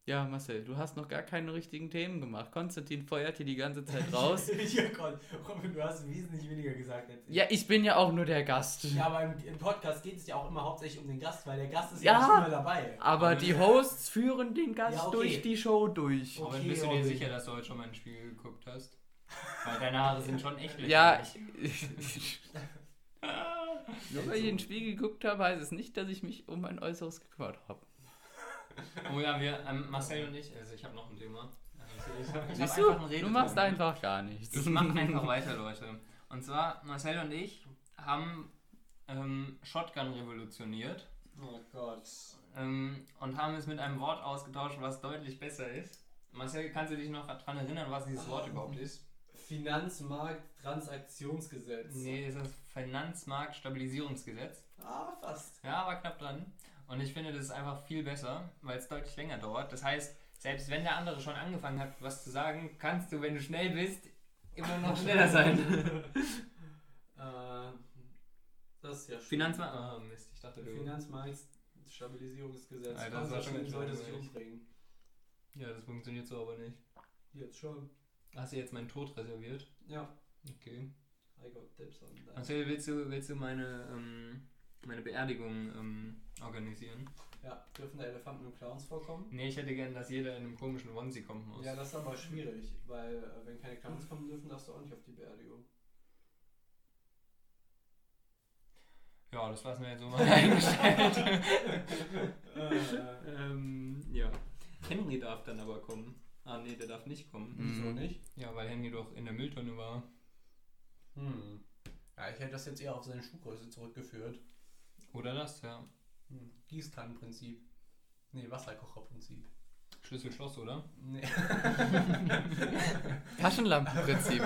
Speaker 3: Ja, Marcel, du hast noch gar keine richtigen Themen gemacht. Konstantin feuert hier die ganze Zeit raus.
Speaker 1: ja, Gott, Robin, du hast wesentlich weniger gesagt als ich.
Speaker 3: Ja, ich bin ja auch nur der Gast.
Speaker 1: Ja, aber im, im Podcast geht es ja auch immer hauptsächlich um den Gast, weil der Gast ist ja,
Speaker 3: Ja.
Speaker 1: nicht immer dabei.
Speaker 2: Ah.
Speaker 3: Aber die Hosts führen den Gast
Speaker 1: Ja, okay.
Speaker 3: durch die Show durch.
Speaker 1: Okay,
Speaker 2: Aber bist du dir
Speaker 1: Robin.
Speaker 2: sicher, dass du heute schon mal ein Spiel geguckt hast? Weil deine Haare sind schon echt
Speaker 3: Ja,
Speaker 2: lächerlich.
Speaker 3: ich- nur weil ich in den Spiegel geguckt habe, heißt es nicht, dass ich mich um mein Äußeres gekümmert habe.
Speaker 2: Oh ja, wir, ähm, Marcel und ich, also ich habe noch ein Thema. Also ich hab- ich hab
Speaker 3: Siehst du,
Speaker 2: einfach einen
Speaker 3: du machst
Speaker 2: Redeton.
Speaker 3: einfach gar nichts.
Speaker 2: Ich mache einfach weiter, Leute. Und zwar, Marcel und ich haben ähm, Shotgun revolutioniert
Speaker 1: Oh Gott.
Speaker 2: ähm, und haben es mit einem Wort ausgetauscht, was deutlich besser ist. Marcel, kannst du dich noch daran erinnern, was dieses Wort überhaupt ist?
Speaker 1: Finanzmarkttransaktionsgesetz.
Speaker 2: Nee, es ist das Finanzmarktstabilisierungsgesetz.
Speaker 1: Ah, fast.
Speaker 2: Ja, war knapp dran. Und ich finde, das ist einfach viel besser, weil es deutlich länger dauert. Das heißt, selbst wenn der andere schon angefangen hat, was zu sagen, kannst du, wenn du schnell bist, immer noch schneller sein.
Speaker 1: äh, das ist ja schön.
Speaker 2: Finanzmarkt. Ah, Mist, ich dachte, du.
Speaker 1: Finanzmarktstabilisierungsgesetz.
Speaker 2: Alter, das war schon ganz
Speaker 1: sollte sich
Speaker 2: langweilig.
Speaker 1: umbringen.
Speaker 2: Ja, das funktioniert so aber nicht.
Speaker 1: Jetzt schon.
Speaker 2: Hast du jetzt meinen Tod reserviert?
Speaker 1: Ja.
Speaker 2: Okay.
Speaker 1: I got tips on that.
Speaker 2: Marcel, willst du, willst du meine, ähm, meine Beerdigung ähm, organisieren?
Speaker 1: Ja, dürfen da Elefanten und Clowns vorkommen?
Speaker 2: Nee, ich hätte gern, dass jeder in einem komischen Onesie kommen muss.
Speaker 1: Ja, das ist aber schwierig, weil äh, wenn keine Clowns kommen dürfen, darfst du auch nicht auf die Beerdigung.
Speaker 2: Ja, das lassen wir jetzt so mal eingestellt.
Speaker 1: äh,
Speaker 2: ähm, ja. Henry darf dann aber kommen. Ah, nee, der darf nicht kommen.
Speaker 1: wieso
Speaker 3: Mhm.
Speaker 1: nicht?
Speaker 2: Ja, weil Henry doch in der Mülltonne war.
Speaker 1: Hm. Ja, ich hätte das jetzt eher auf seine Schuhgröße zurückgeführt.
Speaker 2: Oder das, ja.
Speaker 1: Hm. Gießkannenprinzip. Nee, Wasserkocherprinzip.
Speaker 2: Schlüssel-Schloss, oder?
Speaker 1: Nee.
Speaker 3: Taschenlampenprinzip.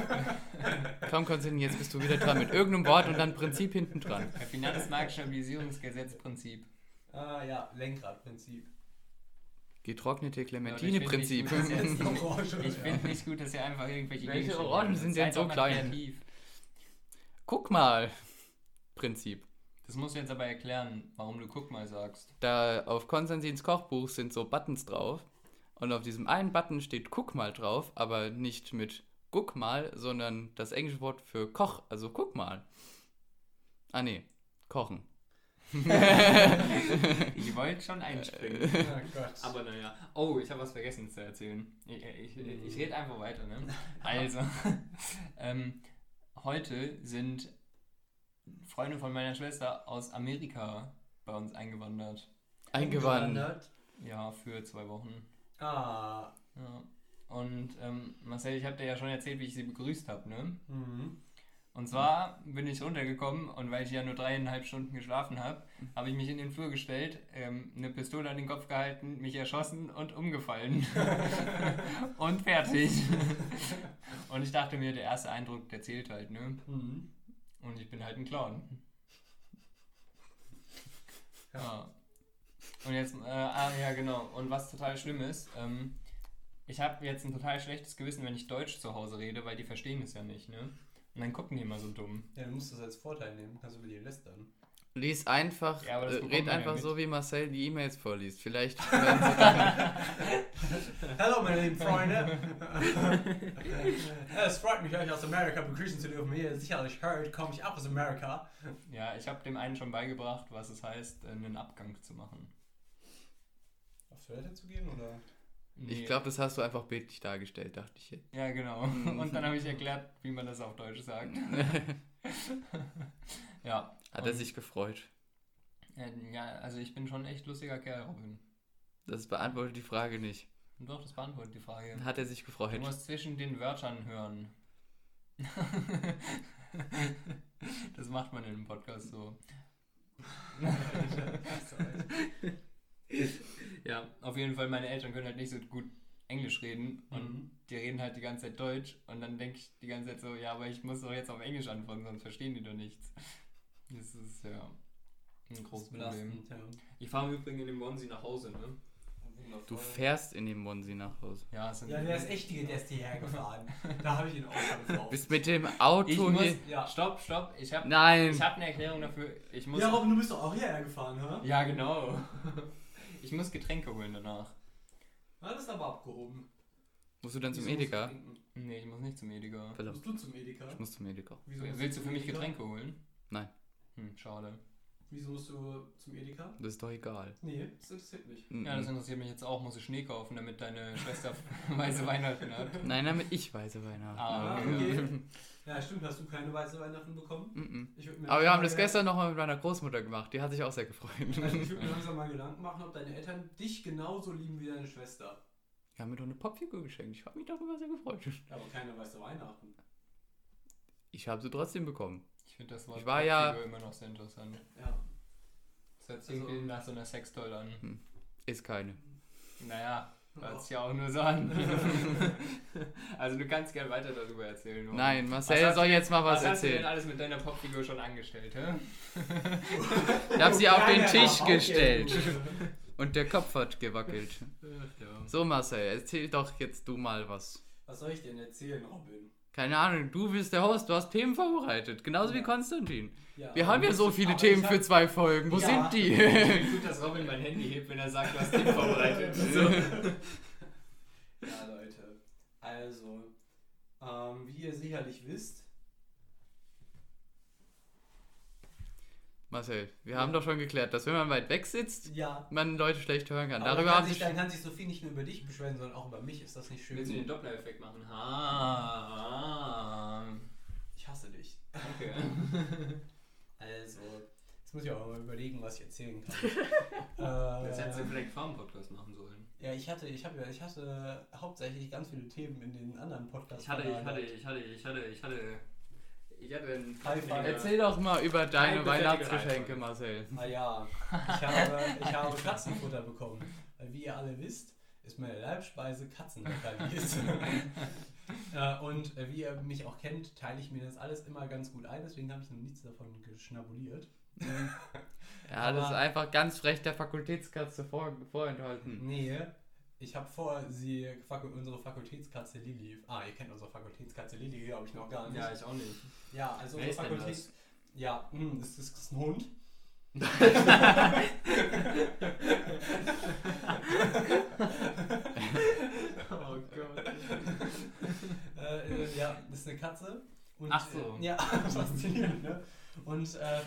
Speaker 3: Komm, Konstantin, jetzt bist du wieder dran mit irgendeinem Wort und dann Prinzip hinten dran.
Speaker 2: Der Finanzmarktstabilisierungsgesetzprinzip.
Speaker 1: ah ja, Lenkradprinzip.
Speaker 3: Getrocknete
Speaker 2: ich
Speaker 3: Clementine-Prinzip.
Speaker 1: Genau,
Speaker 2: find nicht, ich
Speaker 1: Orange.
Speaker 2: Ich finde nicht gut, dass ihr einfach irgendwelche
Speaker 3: Welche
Speaker 2: Gegenstände
Speaker 3: Orangen
Speaker 2: benutzt.
Speaker 3: sind denn
Speaker 2: Seid
Speaker 3: so
Speaker 2: doch mal
Speaker 3: klein?
Speaker 2: kreativ.
Speaker 3: Guck mal. Prinzip.
Speaker 2: Das musst du jetzt aber erklären, warum du guck mal sagst.
Speaker 3: Da auf Konstantins Kochbuch sind so Buttons drauf. Und auf diesem einen Button steht Guck mal drauf, aber nicht mit Guck mal, sondern das englische Wort für Koch, also guck mal. Ah nee, kochen.
Speaker 2: Ich wollte schon einspringen.
Speaker 1: Oh Gott.
Speaker 2: Äh, Aber naja. Oh, ich habe was vergessen zu erzählen. Ich, äh, ich, ich rede einfach weiter, ne? Also, ähm, heute sind Freunde von meiner Schwester aus Amerika bei uns eingewandert.
Speaker 3: Eingewandt.
Speaker 1: Umgewandert.
Speaker 2: Ja, für zwei Wochen.
Speaker 1: Ah.
Speaker 2: Ja. Und ähm, Marcel, ich habe dir ja schon erzählt, wie ich sie begrüßt habe, ne?
Speaker 1: Mhm.
Speaker 2: Und zwar bin ich runtergekommen und weil ich ja nur dreieinhalb Stunden geschlafen habe, habe ich mich in den Flur gestellt, ähm, eine Pistole an den Kopf gehalten, mich erschossen und umgefallen. und fertig. und ich dachte mir, der erste Eindruck, der zählt halt, ne?
Speaker 1: Mhm.
Speaker 2: Und ich bin halt ein Clown. Ja. Und jetzt, äh, ah ja, genau. Und was total schlimm ist, ähm, ich habe jetzt ein total schlechtes Gewissen, wenn ich Deutsch zu Hause rede, weil die verstehen es ja nicht, ne? Und dann gucken die immer so dumm.
Speaker 1: Ja, du musst das als Vorteil nehmen, kannst über die lästern.
Speaker 3: Lies einfach,
Speaker 2: Ja, aber das
Speaker 3: äh,
Speaker 2: bekommt
Speaker 3: red
Speaker 2: man ja
Speaker 3: einfach
Speaker 2: mit.
Speaker 3: so, wie Marcel die E-Mails vorliest. Vielleicht werden sie dann
Speaker 1: Hallo meine lieben Freunde! es freut mich, euch aus Amerika begrüßen zu dürfen. Wie ihr sicherlich hört, komme ich auch aus Amerika.
Speaker 2: Ja, ich habe dem einen schon beigebracht, was es heißt, einen Abgang zu machen.
Speaker 1: Auf Toilette zu gehen, oder?
Speaker 2: Nee.
Speaker 3: Ich glaube, das hast du einfach bildlich dargestellt, dachte ich jetzt.
Speaker 2: Ja, genau. Und dann habe ich erklärt, wie man das auf Deutsch sagt. ja.
Speaker 3: Hat er
Speaker 2: Und-
Speaker 3: sich gefreut.
Speaker 2: äh, Ja, also ich bin schon ein echt lustiger Kerl, Robin.
Speaker 3: Das beantwortet die Frage nicht.
Speaker 2: Und doch, das beantwortet die Frage.
Speaker 3: Hat er sich
Speaker 2: Du
Speaker 3: gefreut.
Speaker 2: musst zwischen den Wörtern hören. das macht man in einem Podcast so. ja, auf jeden Fall, meine Eltern können halt nicht so gut Englisch reden und
Speaker 1: Mhm.
Speaker 2: die reden halt die ganze Zeit Deutsch und dann denke ich die ganze Zeit so, ja, aber ich muss doch jetzt auf Englisch antworten, sonst verstehen die doch nichts. Das ist ja ein großes Problem.
Speaker 1: Belastend, ja.
Speaker 2: Ich fahre im Übrigen in dem Onesie nach Hause, ne?
Speaker 3: Du fährst in dem Monsi nach Hause.
Speaker 2: Ja, es sind
Speaker 1: Äh, Ja, der ist echt die, der ist hierher gefahren. Da habe ich ihn auch schon drauf.
Speaker 3: Bist mit dem
Speaker 2: Oh. Ich
Speaker 3: Auto
Speaker 2: muss,
Speaker 3: hier.
Speaker 1: Ja.
Speaker 2: stopp, stopp, ich habe
Speaker 3: Nein!
Speaker 2: ich hab eine Erklärung dafür. Ich muss,
Speaker 1: Ja, Robin, du bist doch auch hierher gefahren, hä?
Speaker 2: Ja, genau. Ich muss Getränke holen danach.
Speaker 1: Ja, das ist aber abgehoben.
Speaker 3: Musst du dann zum
Speaker 1: Wieso musst du
Speaker 3: Edeka?
Speaker 1: trinken?
Speaker 2: Nee, ich muss nicht zum Edeka.
Speaker 1: Musst
Speaker 3: Verdammt,
Speaker 1: du zum Edeka?
Speaker 3: ich muss zum Edeka.
Speaker 1: Wieso musst
Speaker 2: Willst du
Speaker 1: zum
Speaker 2: für mich
Speaker 1: Edeka?
Speaker 2: Getränke holen?
Speaker 3: Nein.
Speaker 2: Hm, schade.
Speaker 1: Wieso musst du zum Edeka?
Speaker 3: Das ist doch egal.
Speaker 1: Nee, das interessiert mich.
Speaker 3: Mhm.
Speaker 2: Ja, das interessiert mich jetzt auch. Muss ich Schnee kaufen, damit deine Schwester weiße Weihnachten hat?
Speaker 3: Nein, damit ich weiße Weihnachten.
Speaker 2: Ah,
Speaker 3: habe.
Speaker 1: okay. Ja, stimmt, hast du keine weiße Weihnachten bekommen?
Speaker 3: Mhm.
Speaker 1: Ich würd mir
Speaker 3: Aber wir haben
Speaker 1: langsam
Speaker 3: das
Speaker 1: mal
Speaker 3: gestern nochmal mit meiner Großmutter gemacht. Die hat sich auch sehr gefreut.
Speaker 1: Gedanken- Also ich würde mir langsam mal Gedanken machen, ob deine Eltern dich genauso lieben wie deine Schwester.
Speaker 3: Die haben mir doch eine Popfigur geschenkt. Ich habe mich darüber sehr gefreut.
Speaker 1: Aber keine weiße Weihnachten.
Speaker 3: Ich habe sie trotzdem bekommen.
Speaker 2: Ich finde das Wort
Speaker 3: Ich war ja-
Speaker 2: Popfigur immer noch sehr interessant.
Speaker 1: Ja.
Speaker 2: Das hört sich
Speaker 1: Also-
Speaker 2: irgendwie nach so einer Sexdoll an.
Speaker 3: Ist keine.
Speaker 2: Naja, hört sich ja auch nur so an. also du kannst gerne weiter darüber erzählen. Norman.
Speaker 3: Nein,
Speaker 2: Was
Speaker 3: Marcel
Speaker 2: hast
Speaker 3: soll jetzt mal was,
Speaker 2: Was hast du denn
Speaker 3: erzählen.
Speaker 2: alles mit deiner Popfigur schon angestellt, hä?
Speaker 3: Ich habe sie auf den
Speaker 1: Kleiner
Speaker 3: Tisch
Speaker 1: Rabaut,
Speaker 3: gestellt.
Speaker 1: ey,
Speaker 3: Und der Kopf hat gewackelt.
Speaker 1: du. Ja.
Speaker 3: So, Marcel, erzähl doch jetzt du mal was.
Speaker 1: Was soll ich denn erzählen, Robin?
Speaker 3: Keine Ahnung, du bist der Host, du hast Themen vorbereitet. Genauso wie Konstantin.
Speaker 1: Ja, ähm,
Speaker 3: Wir haben ja so viele
Speaker 1: aber
Speaker 3: Themen
Speaker 1: ich
Speaker 3: für zwei Folgen. Wo
Speaker 1: Ja.
Speaker 3: sind die?
Speaker 2: Ich gut, dass Robin mein Handy hebt, wenn er sagt, du hast den vorbereitet. So.
Speaker 1: Ja, Leute. Also, ähm, wie ihr sicherlich wisst,
Speaker 3: Marcel, wir haben doch schon geklärt, dass wenn man weit weg sitzt,
Speaker 1: ja.
Speaker 3: man Leute schlecht hören kann.
Speaker 1: aber
Speaker 3: Darüber
Speaker 1: dann, kann
Speaker 3: haben
Speaker 1: sich,
Speaker 3: sich.
Speaker 1: dann kann sich Sophie nicht nur über dich beschweren, sondern auch über mich. Ist das nicht
Speaker 2: Willst du den
Speaker 1: schön?
Speaker 2: Doppler-Effekt machen? Ha.
Speaker 1: Ich hasse dich.
Speaker 2: Danke.
Speaker 1: Also, jetzt muss ich auch mal überlegen, was ich erzählen kann. äh,
Speaker 2: Das hättest du vielleicht vor dem Podcast machen sollen.
Speaker 1: Ja, ich hatte, ich habe, ich hatte hauptsächlich ganz viele Themen in den anderen Podcasts.
Speaker 2: Ich hatte, ich hatte, ich hatte, ich hatte, ich hatte. Ich hatte einen
Speaker 1: High five.
Speaker 3: Erzähl doch mal über deine
Speaker 2: Nein, das hätte
Speaker 3: Weihnachtsgeschenke,
Speaker 2: gereicht.
Speaker 3: Marcel.
Speaker 1: Ah ja, ich habe, ich habe Katzenfutter bekommen. Weil wie ihr alle wisst, ist meine Leibspeise Katzenleckerlis. äh, und äh, wie ihr mich auch kennt, teile ich mir das alles immer ganz gut ein. Deswegen habe ich noch nichts davon geschnabuliert.
Speaker 3: Ja, das ist
Speaker 1: Aber-
Speaker 3: einfach ganz frech der Fakultätskatze vor, vorenthalten.
Speaker 1: Nee, ich habe vor, sie, Faku- unsere Fakultätskatze Lilly. Ah, ihr kennt unsere Fakultätskatze Lilly, glaube ich, noch gar nicht.
Speaker 2: Ja, ich auch nicht.
Speaker 1: Ja, also
Speaker 2: Wer
Speaker 1: unsere
Speaker 2: ist denn
Speaker 1: Fakultät.
Speaker 2: das?
Speaker 1: Ja, mh, das ist, das ist ein Hund.
Speaker 2: Oh Gott.
Speaker 1: Äh, äh, ja, das ist eine Katze. Und,
Speaker 2: Ach so.
Speaker 1: Äh, ja, faszinierend, ne? Und äh,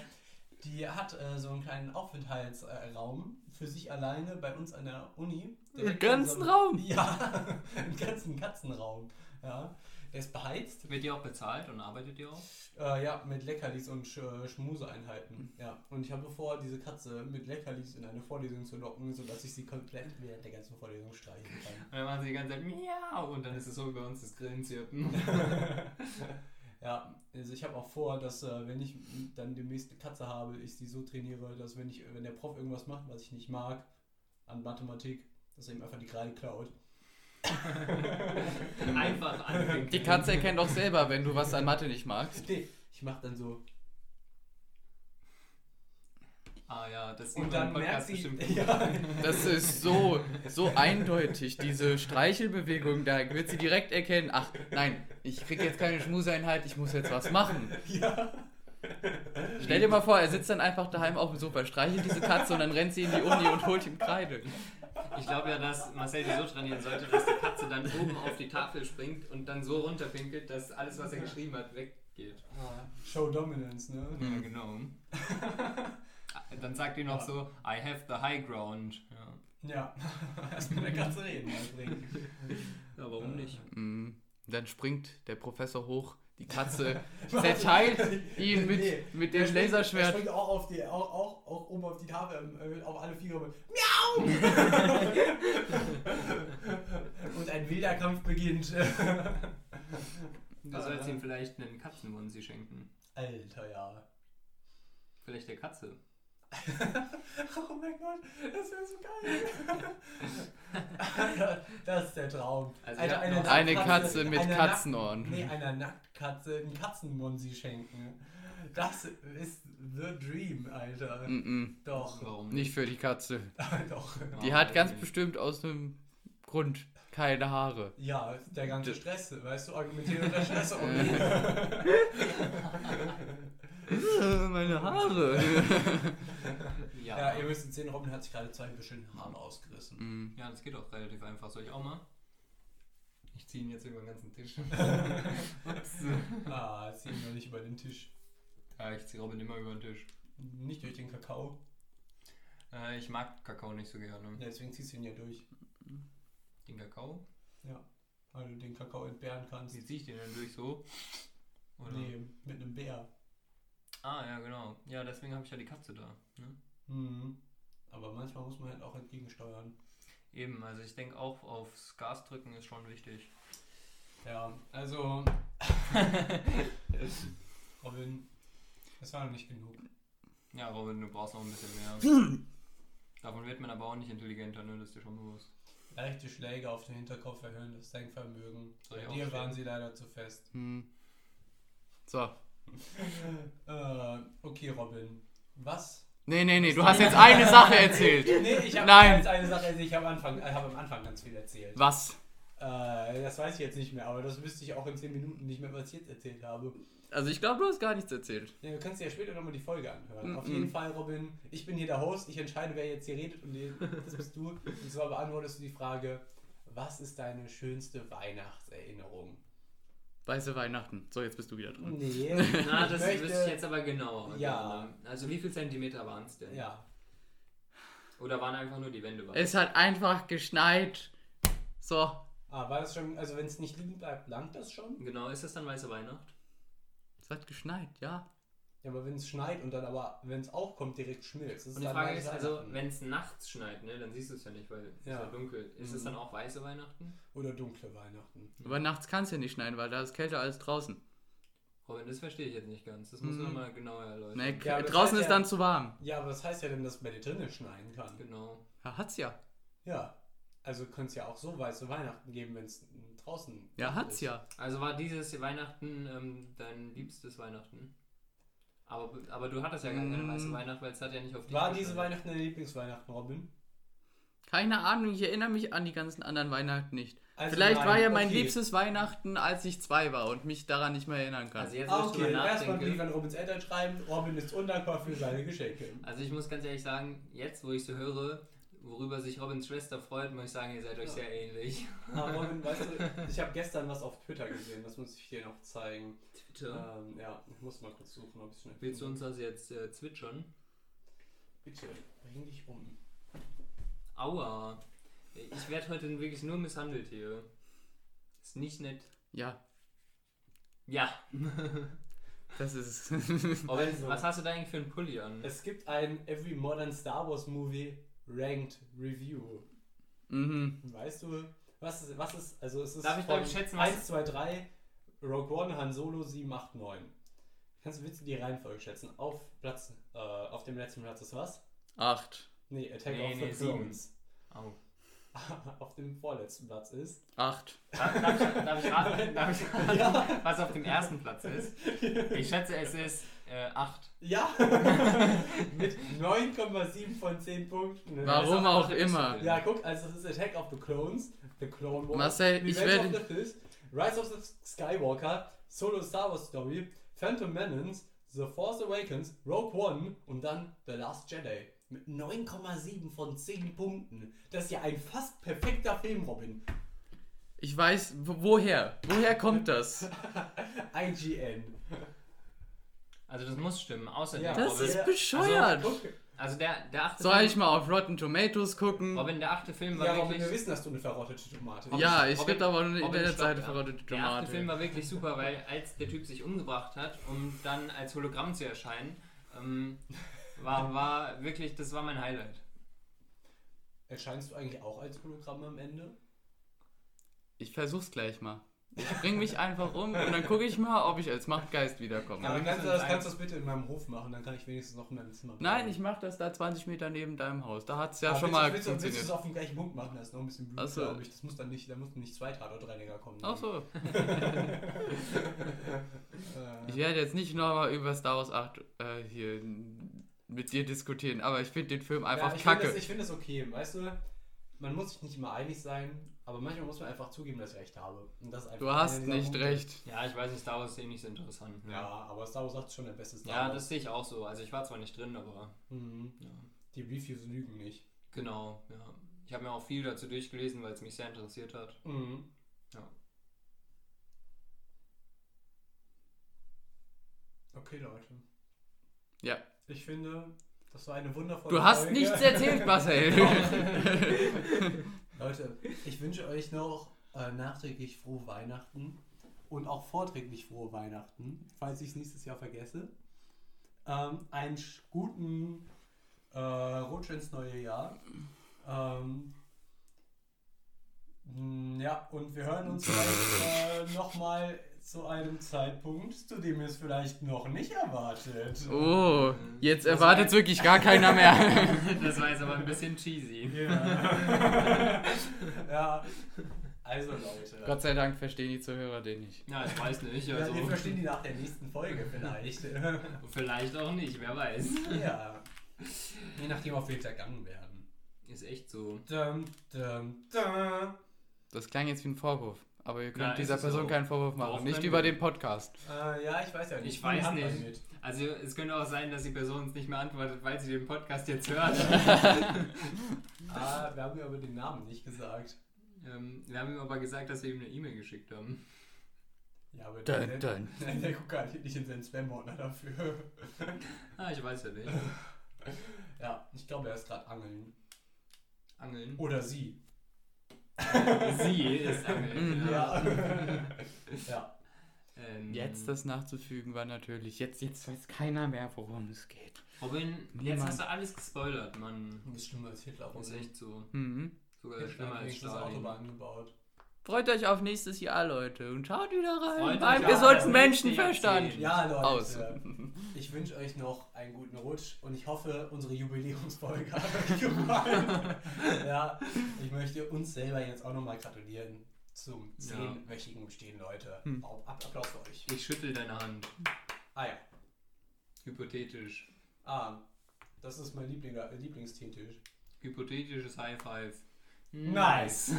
Speaker 1: die hat äh, so einen kleinen Aufenthaltsraum für sich alleine bei uns an der Uni.
Speaker 3: Im
Speaker 1: Direkt
Speaker 3: ganzen
Speaker 1: in so einem-
Speaker 3: Raum.
Speaker 1: Ja, einen ganzen Katzenraum. Ja. Der ist beheizt.
Speaker 2: Wird ihr auch bezahlt und arbeitet ihr auch?
Speaker 1: Äh, ja, mit Leckerlis und Sch äh, Schmuseeinheiten. Ja. Und ich habe vor, diese Katze mit Leckerlis in eine Vorlesung zu locken, sodass ich sie komplett während der ganzen Vorlesung streichen kann.
Speaker 2: Und dann machen sie die ganze Zeit miau und dann ist es so wie bei uns das Grillenzirpen.
Speaker 1: Ja, also ich habe auch vor, dass äh, wenn ich dann demnächst eine Katze habe, ich sie so trainiere, dass wenn ich, wenn der Prof irgendwas macht, was ich nicht mag, an Mathematik, dass er ihm einfach die Kreide klaut.
Speaker 2: Einfach anwinken.
Speaker 3: Die Katze erkennt auch selber, wenn du was an Mathe nicht magst.
Speaker 1: Nee, ich mache dann so.
Speaker 2: Ah ja, das sieht
Speaker 1: Und
Speaker 2: man
Speaker 1: dann
Speaker 2: im
Speaker 1: merkt
Speaker 2: Podcast
Speaker 1: sie,
Speaker 2: bestimmt.
Speaker 1: ja,
Speaker 3: Das ist so, so eindeutig, diese Streichelbewegung, da wird sie direkt erkennen, ach nein, ich krieg jetzt keine Schmuseinheit, ich muss jetzt was machen.
Speaker 1: ja,
Speaker 3: Stell dir mal vor, er sitzt dann einfach daheim auf dem Sofa, streichelt diese Katze und dann rennt sie in die Uni und holt ihm Kreide.
Speaker 2: Ich glaube ja, dass Marcel die so trainieren sollte, dass die Katze dann oben auf die Tafel springt und dann so runterpinkelt, dass alles, was er geschrieben hat, weggeht.
Speaker 1: Ah, Show Dominance, ne?
Speaker 2: Ja, genau. Dann sagt die noch so, I have the high ground. Ja,
Speaker 1: Ja, erst mit der Katze reden. Übrigens.
Speaker 2: warum nicht?
Speaker 3: Mm, Dann springt der Professor hoch, die Katze zerteilt
Speaker 1: Nee,
Speaker 3: ihn mit, mit
Speaker 1: der
Speaker 3: dem
Speaker 1: springt- Der
Speaker 3: Laserschwert.
Speaker 1: springt auch, auf die, auch, auch, auch oben auf die Tafel, äh, auf alle Viere. mit Miau! Und ein wilder Kampf beginnt.
Speaker 2: Du sollst ihm vielleicht einen Katzenwunsi schenken.
Speaker 1: Alter, ja.
Speaker 2: Vielleicht der Katze.
Speaker 1: Oh mein Gott, das wäre so geil. das ist der Traum.
Speaker 2: Also ich hab noch
Speaker 3: Eine
Speaker 1: Nacktkatze-
Speaker 3: Katze mit
Speaker 1: einer
Speaker 3: Katzenohren.
Speaker 1: Nackt- Nee, einer Nacktkatze einen Katzenmonsi schenken. Das ist the dream, Alter.
Speaker 3: Hm. Mm-mm,
Speaker 1: Doch,
Speaker 2: Warum
Speaker 3: Nicht für die Katze.
Speaker 1: doch.
Speaker 3: Die hat ganz bestimmt aus einem Grund keine Haare.
Speaker 1: Ja, der ganze Stress, weißt du, argumentieren unter Stress. auch
Speaker 3: Äh.
Speaker 1: nicht.
Speaker 3: Äh, Meine Haare.
Speaker 1: ja,
Speaker 2: Ja.
Speaker 1: ihr müsst sehen, Robin hat sich gerade zwei schöne Haare ausgerissen.
Speaker 3: Mm.
Speaker 2: ja, das geht auch relativ einfach. Soll ich auch mal? Ich ziehe ihn jetzt über den ganzen Tisch.
Speaker 1: Ah, ziehen wir nicht über den Tisch.
Speaker 2: ja, ich ziehe Robin immer über den Tisch.
Speaker 1: Nicht durch den Kakao.
Speaker 2: Äh, ich mag Kakao nicht so gerne.
Speaker 1: Ja, deswegen ziehst du ihn ja durch.
Speaker 2: Den Kakao?
Speaker 1: Weil du den Kakao entbehren kannst.
Speaker 2: Wie ziehe ich den denn durch so? Oder?
Speaker 1: Nee, mit einem Bär.
Speaker 2: Ah, ja, genau. Ja, deswegen habe ich ja die Katze da. Ne?
Speaker 1: Mhm. Aber manchmal muss man halt auch entgegensteuern.
Speaker 2: Eben, also ich denke auch aufs Gas drücken ist schon wichtig.
Speaker 1: Ja, also. Robin, das war noch nicht genug.
Speaker 2: Ja, Robin, du brauchst noch ein bisschen mehr. Davon wird man aber auch nicht intelligenter, ne? Das ist dir schon bewusst.
Speaker 1: Leichte Schläge auf den Hinterkopf erhöhen das Denkvermögen.
Speaker 2: Soll ich
Speaker 1: Bei dir
Speaker 2: aufstehen?
Speaker 1: waren sie leider zu fest.
Speaker 3: Hm. So.
Speaker 1: Äh, okay, Robin. Was?
Speaker 3: Nee, nee, nee, du hast jetzt eine Sache erzählt.
Speaker 1: Nee, ich habe
Speaker 3: Nein.
Speaker 1: jetzt eine Sache, erzählt. ich habe am, Anfang- äh, hab am Anfang ganz viel erzählt.
Speaker 3: Was?
Speaker 1: Äh, das weiß ich jetzt nicht mehr, aber das wüsste ich auch in 10 Minuten nicht mehr, was ich jetzt erzählt habe.
Speaker 3: Also ich glaube, du hast gar nichts erzählt.
Speaker 1: Ja, du kannst dir ja später nochmal die Folge anhören. Auf
Speaker 3: Mhm.
Speaker 1: jeden Fall, Robin, ich bin hier der Host, ich entscheide, wer jetzt hier redet und die- das bist du. Und zwar beantwortest du die Frage, was ist deine schönste Weihnachtserinnerung?
Speaker 3: Weiße Weihnachten. So, jetzt bist du wieder dran.
Speaker 1: Nee.
Speaker 2: Na,
Speaker 1: ich
Speaker 2: das
Speaker 1: möchte-
Speaker 2: wüsste ich jetzt aber genau.
Speaker 1: Ja.
Speaker 2: Also wie viel Zentimeter waren es denn?
Speaker 1: Ja.
Speaker 2: Oder waren einfach nur die Wände weiß?
Speaker 3: Es hat einfach geschneit. So.
Speaker 1: Ah, war das schon, also wenn es nicht liegen bleibt, langt das schon?
Speaker 2: Genau, ist das dann weiße Weihnacht?
Speaker 3: Es hat geschneit, ja.
Speaker 1: Ja, aber wenn es schneit und dann aber, wenn es aufkommt, direkt schmilzt. Das
Speaker 2: Und die
Speaker 1: dann
Speaker 2: Frage
Speaker 1: weiße
Speaker 2: ist, also
Speaker 1: Weihnachten.
Speaker 2: wenn es nachts schneit, ne, dann siehst du es ja nicht, weil es
Speaker 1: Ja. Mhm.
Speaker 2: ja. ja dunkel. Ist es dann auch weiße Weihnachten?
Speaker 1: Oder dunkle Weihnachten.
Speaker 3: Aber nachts kannst du ja nicht schneien, weil da ist kälter als draußen.
Speaker 2: Robin, das verstehe ich jetzt nicht ganz. Das muss
Speaker 3: Mhm.
Speaker 2: man mal genauer erläutern.
Speaker 3: Nee,
Speaker 1: Ja, aber das
Speaker 3: Ne,
Speaker 1: heißt
Speaker 3: draußen ist
Speaker 1: ja-
Speaker 3: dann zu warm.
Speaker 1: Ja, aber das heißt ja dann, dass man die drinnen schneiden kann.
Speaker 2: Genau.
Speaker 3: Ja, hat's ja.
Speaker 1: Ja. Also könnte es ja auch so weiße Weihnachten geben, wenn es draußen
Speaker 3: Ja, hat's
Speaker 1: ist.
Speaker 3: ja.
Speaker 2: Also war dieses Weihnachten ähm, dein liebstes Weihnachten? Aber, aber du hattest ja gar keine
Speaker 3: Mm.
Speaker 2: weiße Weihnacht, weil es hat ja nicht auf dich
Speaker 1: War diese
Speaker 2: geschneit.
Speaker 1: Weihnachten deine Lieblingsweihnachten, Robin?
Speaker 3: Keine Ahnung, ich erinnere mich an die ganzen anderen Weihnachten nicht.
Speaker 1: Also
Speaker 3: Vielleicht
Speaker 1: nein,
Speaker 3: war ja mein
Speaker 1: okay.
Speaker 3: liebstes Weihnachten, als ich zwei war und mich daran nicht mehr erinnern kann.
Speaker 2: Also jetzt,
Speaker 1: Ah,
Speaker 2: wo ich
Speaker 1: okay,
Speaker 2: drüber
Speaker 1: erstmal einen
Speaker 2: nachdenke,
Speaker 1: Brief an Robins Eltern schreiben. Robin ist undankbar für seine Geschenke.
Speaker 2: Also ich muss ganz ehrlich sagen, jetzt wo ich so höre, worüber sich Robins Schwester freut, muss ich sagen, ihr seid euch
Speaker 1: Ja.
Speaker 2: sehr ähnlich.
Speaker 1: Ah, Robin, weißt du, ich habe gestern was auf Twitter gesehen, das muss ich dir noch zeigen.
Speaker 2: Twitter.
Speaker 1: Ja, ähm, ja ich muss mal kurz suchen, ob ich schnell.
Speaker 2: Willst du uns also jetzt äh, zwitschern?
Speaker 1: Bitte, bring dich um.
Speaker 2: Aua. Ich werde heute wirklich nur misshandelt hier. Ist nicht nett.
Speaker 3: ja,
Speaker 2: Ja.
Speaker 3: das ist
Speaker 2: Robin,
Speaker 1: Also.
Speaker 2: was hast du da eigentlich für einen Pulli an?
Speaker 1: Es gibt ein Every Modern Star Wars Movie Ranked Review.
Speaker 3: mhm.
Speaker 1: Weißt du, was ist, was ist also es ist
Speaker 2: Darf ich,
Speaker 1: von
Speaker 2: glaub ich, schätzen, was-
Speaker 1: 1, 2, 3, Rogue One, Han Solo, 7, 8, 9. Kannst du bitte die Reihenfolge schätzen? Auf Platz, äh, auf dem letzten Platz ist was?
Speaker 3: Acht.
Speaker 1: Nee, Attack
Speaker 2: Nee,
Speaker 1: of
Speaker 2: nee,
Speaker 1: the
Speaker 2: sieben.
Speaker 1: Clones.
Speaker 2: Au.
Speaker 1: auf dem vorletzten Platz ist.
Speaker 3: Acht.
Speaker 2: Darf, darf, ich, darf ich raten, darf ich raten
Speaker 1: Ja.
Speaker 2: was auf dem ersten Platz ist? Ich schätze, es ist äh, 8.
Speaker 1: Ja! Mit 9,7 von 10 Punkten. Also,
Speaker 3: Warum
Speaker 2: auch
Speaker 3: auch
Speaker 2: der beste
Speaker 3: immer.
Speaker 2: Film.
Speaker 1: Ja, guck, also das ist Attack of the Clones, The Clone Wars,
Speaker 3: Marcel, ich
Speaker 1: Revenge
Speaker 3: werde-
Speaker 1: of the Fifth, Rise of the Skywalker, Solo Star Wars Story, Phantom Menace, The Force Awakens, Rogue One und dann The Last Jedi. Mit 9,7 von 10 Punkten. Das ist ja ein fast perfekter Film, Robin.
Speaker 3: Ich weiß, wo- woher? Woher kommt das?
Speaker 1: IGN.
Speaker 2: Also das muss stimmen, außerdem
Speaker 1: Ja.
Speaker 3: Das
Speaker 2: Robin.
Speaker 3: ist bescheuert.
Speaker 1: Guck,
Speaker 2: Also der, der achte
Speaker 3: Soll ich
Speaker 2: Film,
Speaker 3: mal auf Rotten Tomatoes gucken?
Speaker 2: Robin, der achte Film war
Speaker 1: ja, Robin,
Speaker 2: wirklich...
Speaker 1: wir wissen, dass du eine verrottete Tomate bist.
Speaker 3: Ja, ich
Speaker 2: Robin-
Speaker 3: gibt aber eine
Speaker 2: Robin
Speaker 3: Internetseite
Speaker 2: Stock,
Speaker 3: für
Speaker 2: ja.
Speaker 3: Rotten
Speaker 2: Der achte Film
Speaker 3: Tomatoes.
Speaker 2: war wirklich super, weil als der Typ sich umgebracht hat, um dann als Hologramm zu erscheinen, ähm, war, war wirklich, das war mein Highlight.
Speaker 1: Erscheinst du eigentlich auch als Hologramm am Ende?
Speaker 3: Ich versuch's gleich mal. Ich bring mich einfach um und dann gucke ich mal, ob ich als Machtgeist
Speaker 1: Ja,
Speaker 3: wiederkomme.
Speaker 1: aber
Speaker 2: wir
Speaker 1: kannst
Speaker 2: müssen
Speaker 1: du das,
Speaker 2: uns
Speaker 1: kannst du das bitte in meinem Hof machen, dann kann ich wenigstens noch in meinem Zimmer
Speaker 3: Nein,
Speaker 1: bleiben.
Speaker 3: ich mach das da 20 Meter neben deinem Haus. Da hat's ja
Speaker 1: Aber
Speaker 3: schon
Speaker 1: willst du-
Speaker 3: mal
Speaker 1: willst du- Willst du
Speaker 3: funktioniert.
Speaker 1: es auf dem gleichen Punkt machen? Da ist noch ein bisschen Blut,
Speaker 3: Ach so.
Speaker 1: glaube ich. Das muss dann nicht, da mussten nicht zwei Tatortreiniger kommen. ne?
Speaker 3: Ach so.
Speaker 1: Äh,
Speaker 3: Ich werde jetzt nicht nochmal über Star Wars 8 äh, hier mit dir diskutieren, aber ich finde den Film einfach
Speaker 1: ja, ich
Speaker 3: kacke.
Speaker 1: Find das, ich finde das okay, weißt du? Man muss sich nicht immer einig sein, aber manchmal muss man einfach zugeben, dass ich recht habe. Und das ist einfach
Speaker 3: du
Speaker 1: einer
Speaker 3: hast
Speaker 1: dieser
Speaker 3: nicht
Speaker 1: Punkte.
Speaker 3: recht.
Speaker 2: Ja, ich weiß nicht, Star Wars ist eh nicht so interessant. ne?
Speaker 1: Ja, aber Star Wars 8 ist schon der beste Star
Speaker 2: ja
Speaker 1: Wars.
Speaker 2: das sehe ich auch so. Also ich war zwar nicht drin, aber
Speaker 1: Mhm.
Speaker 2: ja.
Speaker 1: Die Reviews lügen nicht.
Speaker 2: genau. Ja. Ich habe mir auch viel dazu durchgelesen, weil es mich sehr interessiert hat.
Speaker 1: Mhm.
Speaker 2: Ja.
Speaker 1: Okay, Leute.
Speaker 3: Ja.
Speaker 1: Ich finde, das war eine wundervolle
Speaker 3: Du hast
Speaker 1: Folge.
Speaker 3: nichts erzählt, Marcel.
Speaker 1: Leute, ich wünsche euch noch äh, nachträglich frohe Weihnachten. und auch vorträglich frohe Weihnachten, falls ich es nächstes Jahr vergesse. Ähm, einen sch- guten äh, Rutsch ins neue Jahr. Ähm, mm, ja, und wir hören uns vielleicht äh, nochmal zu einem Zeitpunkt, zu dem ihr es vielleicht noch nicht erwartet.
Speaker 3: Oh, jetzt
Speaker 2: Das
Speaker 3: erwartet
Speaker 2: heißt-
Speaker 3: wirklich gar keiner mehr.
Speaker 2: Das war jetzt aber ein bisschen cheesy.
Speaker 1: Ja. ja. Also Leute.
Speaker 3: Gott sei Dank verstehen die Zuhörer den nicht.
Speaker 2: Ja, ich weiß nicht.
Speaker 1: Ja,
Speaker 2: Also,
Speaker 1: wir verstehen die nach der nächsten Folge vielleicht.
Speaker 2: vielleicht auch nicht, wer weiß.
Speaker 1: ja. Je nachdem, auf wen wir gegangen werden.
Speaker 2: Ist echt so.
Speaker 1: Dum, dum, dum.
Speaker 3: Das klang jetzt wie ein Vorwurf. Aber ihr könnt
Speaker 2: Na, ist
Speaker 3: dieser
Speaker 2: es
Speaker 3: Person
Speaker 2: auch.
Speaker 3: keinen Vorwurf machen.
Speaker 2: Worauf
Speaker 3: nicht
Speaker 2: können
Speaker 3: über
Speaker 2: wir-
Speaker 3: den Podcast.
Speaker 1: Äh, ja, ich weiß ja nicht.
Speaker 2: Ich weiß
Speaker 1: Haben wir
Speaker 2: nicht.
Speaker 1: Mit.
Speaker 2: Also es könnte auch sein, dass die Person uns nicht mehr antwortet, weil sie den Podcast jetzt hört.
Speaker 1: Ah, wir haben ja aber den Namen nicht gesagt.
Speaker 2: ähm, wir haben ihm aber gesagt, dass wir ihm eine E-Mail geschickt haben.
Speaker 1: Ja, aber
Speaker 3: Dun,
Speaker 1: der,
Speaker 3: dun.
Speaker 1: Nein, der guckt halt nicht in seinen Spam-Ordner dafür.
Speaker 2: Ah, ich weiß ja nicht.
Speaker 1: Ja, ich glaube, er ist gerade angeln.
Speaker 2: Angeln.
Speaker 1: Oder sie.
Speaker 2: Sie ist Angeln.
Speaker 3: Mhm.
Speaker 1: Ja. ja.
Speaker 2: Ähm,
Speaker 3: Jetzt das nachzufügen war natürlich. Jetzt, jetzt weiß keiner mehr, worum es geht.
Speaker 2: Robin, jetzt
Speaker 3: Niemand.
Speaker 2: hast du alles gespoilert, Mann.
Speaker 1: Du bist schlimmer als Hitler.
Speaker 2: Das ist echt so.
Speaker 3: Mhm.
Speaker 2: Sogar
Speaker 1: Hitler
Speaker 2: schlimmer
Speaker 1: hat
Speaker 2: als
Speaker 1: wenigstens
Speaker 2: Stalin.
Speaker 1: Autobahn gebaut.
Speaker 3: Freut euch auf nächstes Jahr, Leute. Und schaut wieder
Speaker 2: Freut
Speaker 3: rein.
Speaker 2: euch
Speaker 3: Beim
Speaker 2: auf
Speaker 3: gesunden
Speaker 2: das
Speaker 3: Menschenverstand.
Speaker 2: nächste
Speaker 1: Ja, Leute. äh,
Speaker 3: Aus.
Speaker 1: Ich wünsche euch noch einen guten Rutsch und ich hoffe, unsere Jubiläumsfolge hat euch gefallen. ja, ich möchte uns selber jetzt auch nochmal gratulieren zum
Speaker 2: Ja.
Speaker 1: zehnwöchigen Bestehen, Leute.
Speaker 3: Hm.
Speaker 1: Au- Ab Applaus für euch.
Speaker 2: Ich schüttel deine Hand.
Speaker 1: Ah ja,
Speaker 2: Hypothetisch.
Speaker 1: ah, das ist mein äh, Liebling Lieblingsteetisch.
Speaker 2: Hypothetisches High Five. Hm.
Speaker 1: Nice.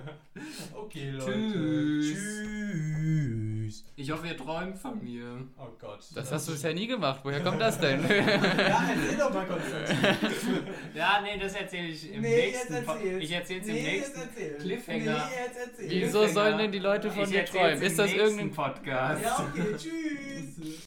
Speaker 1: okay, Leute.
Speaker 2: Tschüss.
Speaker 1: Tschüss.
Speaker 2: Ich hoffe, ihr träumt von mir.
Speaker 1: Oh Gott.
Speaker 3: Das hast du bisher nie gemacht. Woher kommt das denn?
Speaker 1: Ja, erzähl doch mal Konstantin.
Speaker 2: Ja, nee, das erzähle ich im
Speaker 1: Nee, jetzt
Speaker 2: nächsten. Po-
Speaker 1: erzähl's.
Speaker 2: Ich erzähle es
Speaker 1: Nee,
Speaker 2: im nächsten.
Speaker 1: jetzt erzähl.
Speaker 2: Cliffhanger.
Speaker 1: Nee, jetzt erzähl.
Speaker 3: Wieso sollen denn die Leute von
Speaker 2: ich
Speaker 3: dir
Speaker 2: erzähl's
Speaker 3: träumen?
Speaker 2: im
Speaker 3: Ist das
Speaker 2: nächsten
Speaker 3: irgendein
Speaker 2: Podcast?
Speaker 1: Ja, okay, tschüss.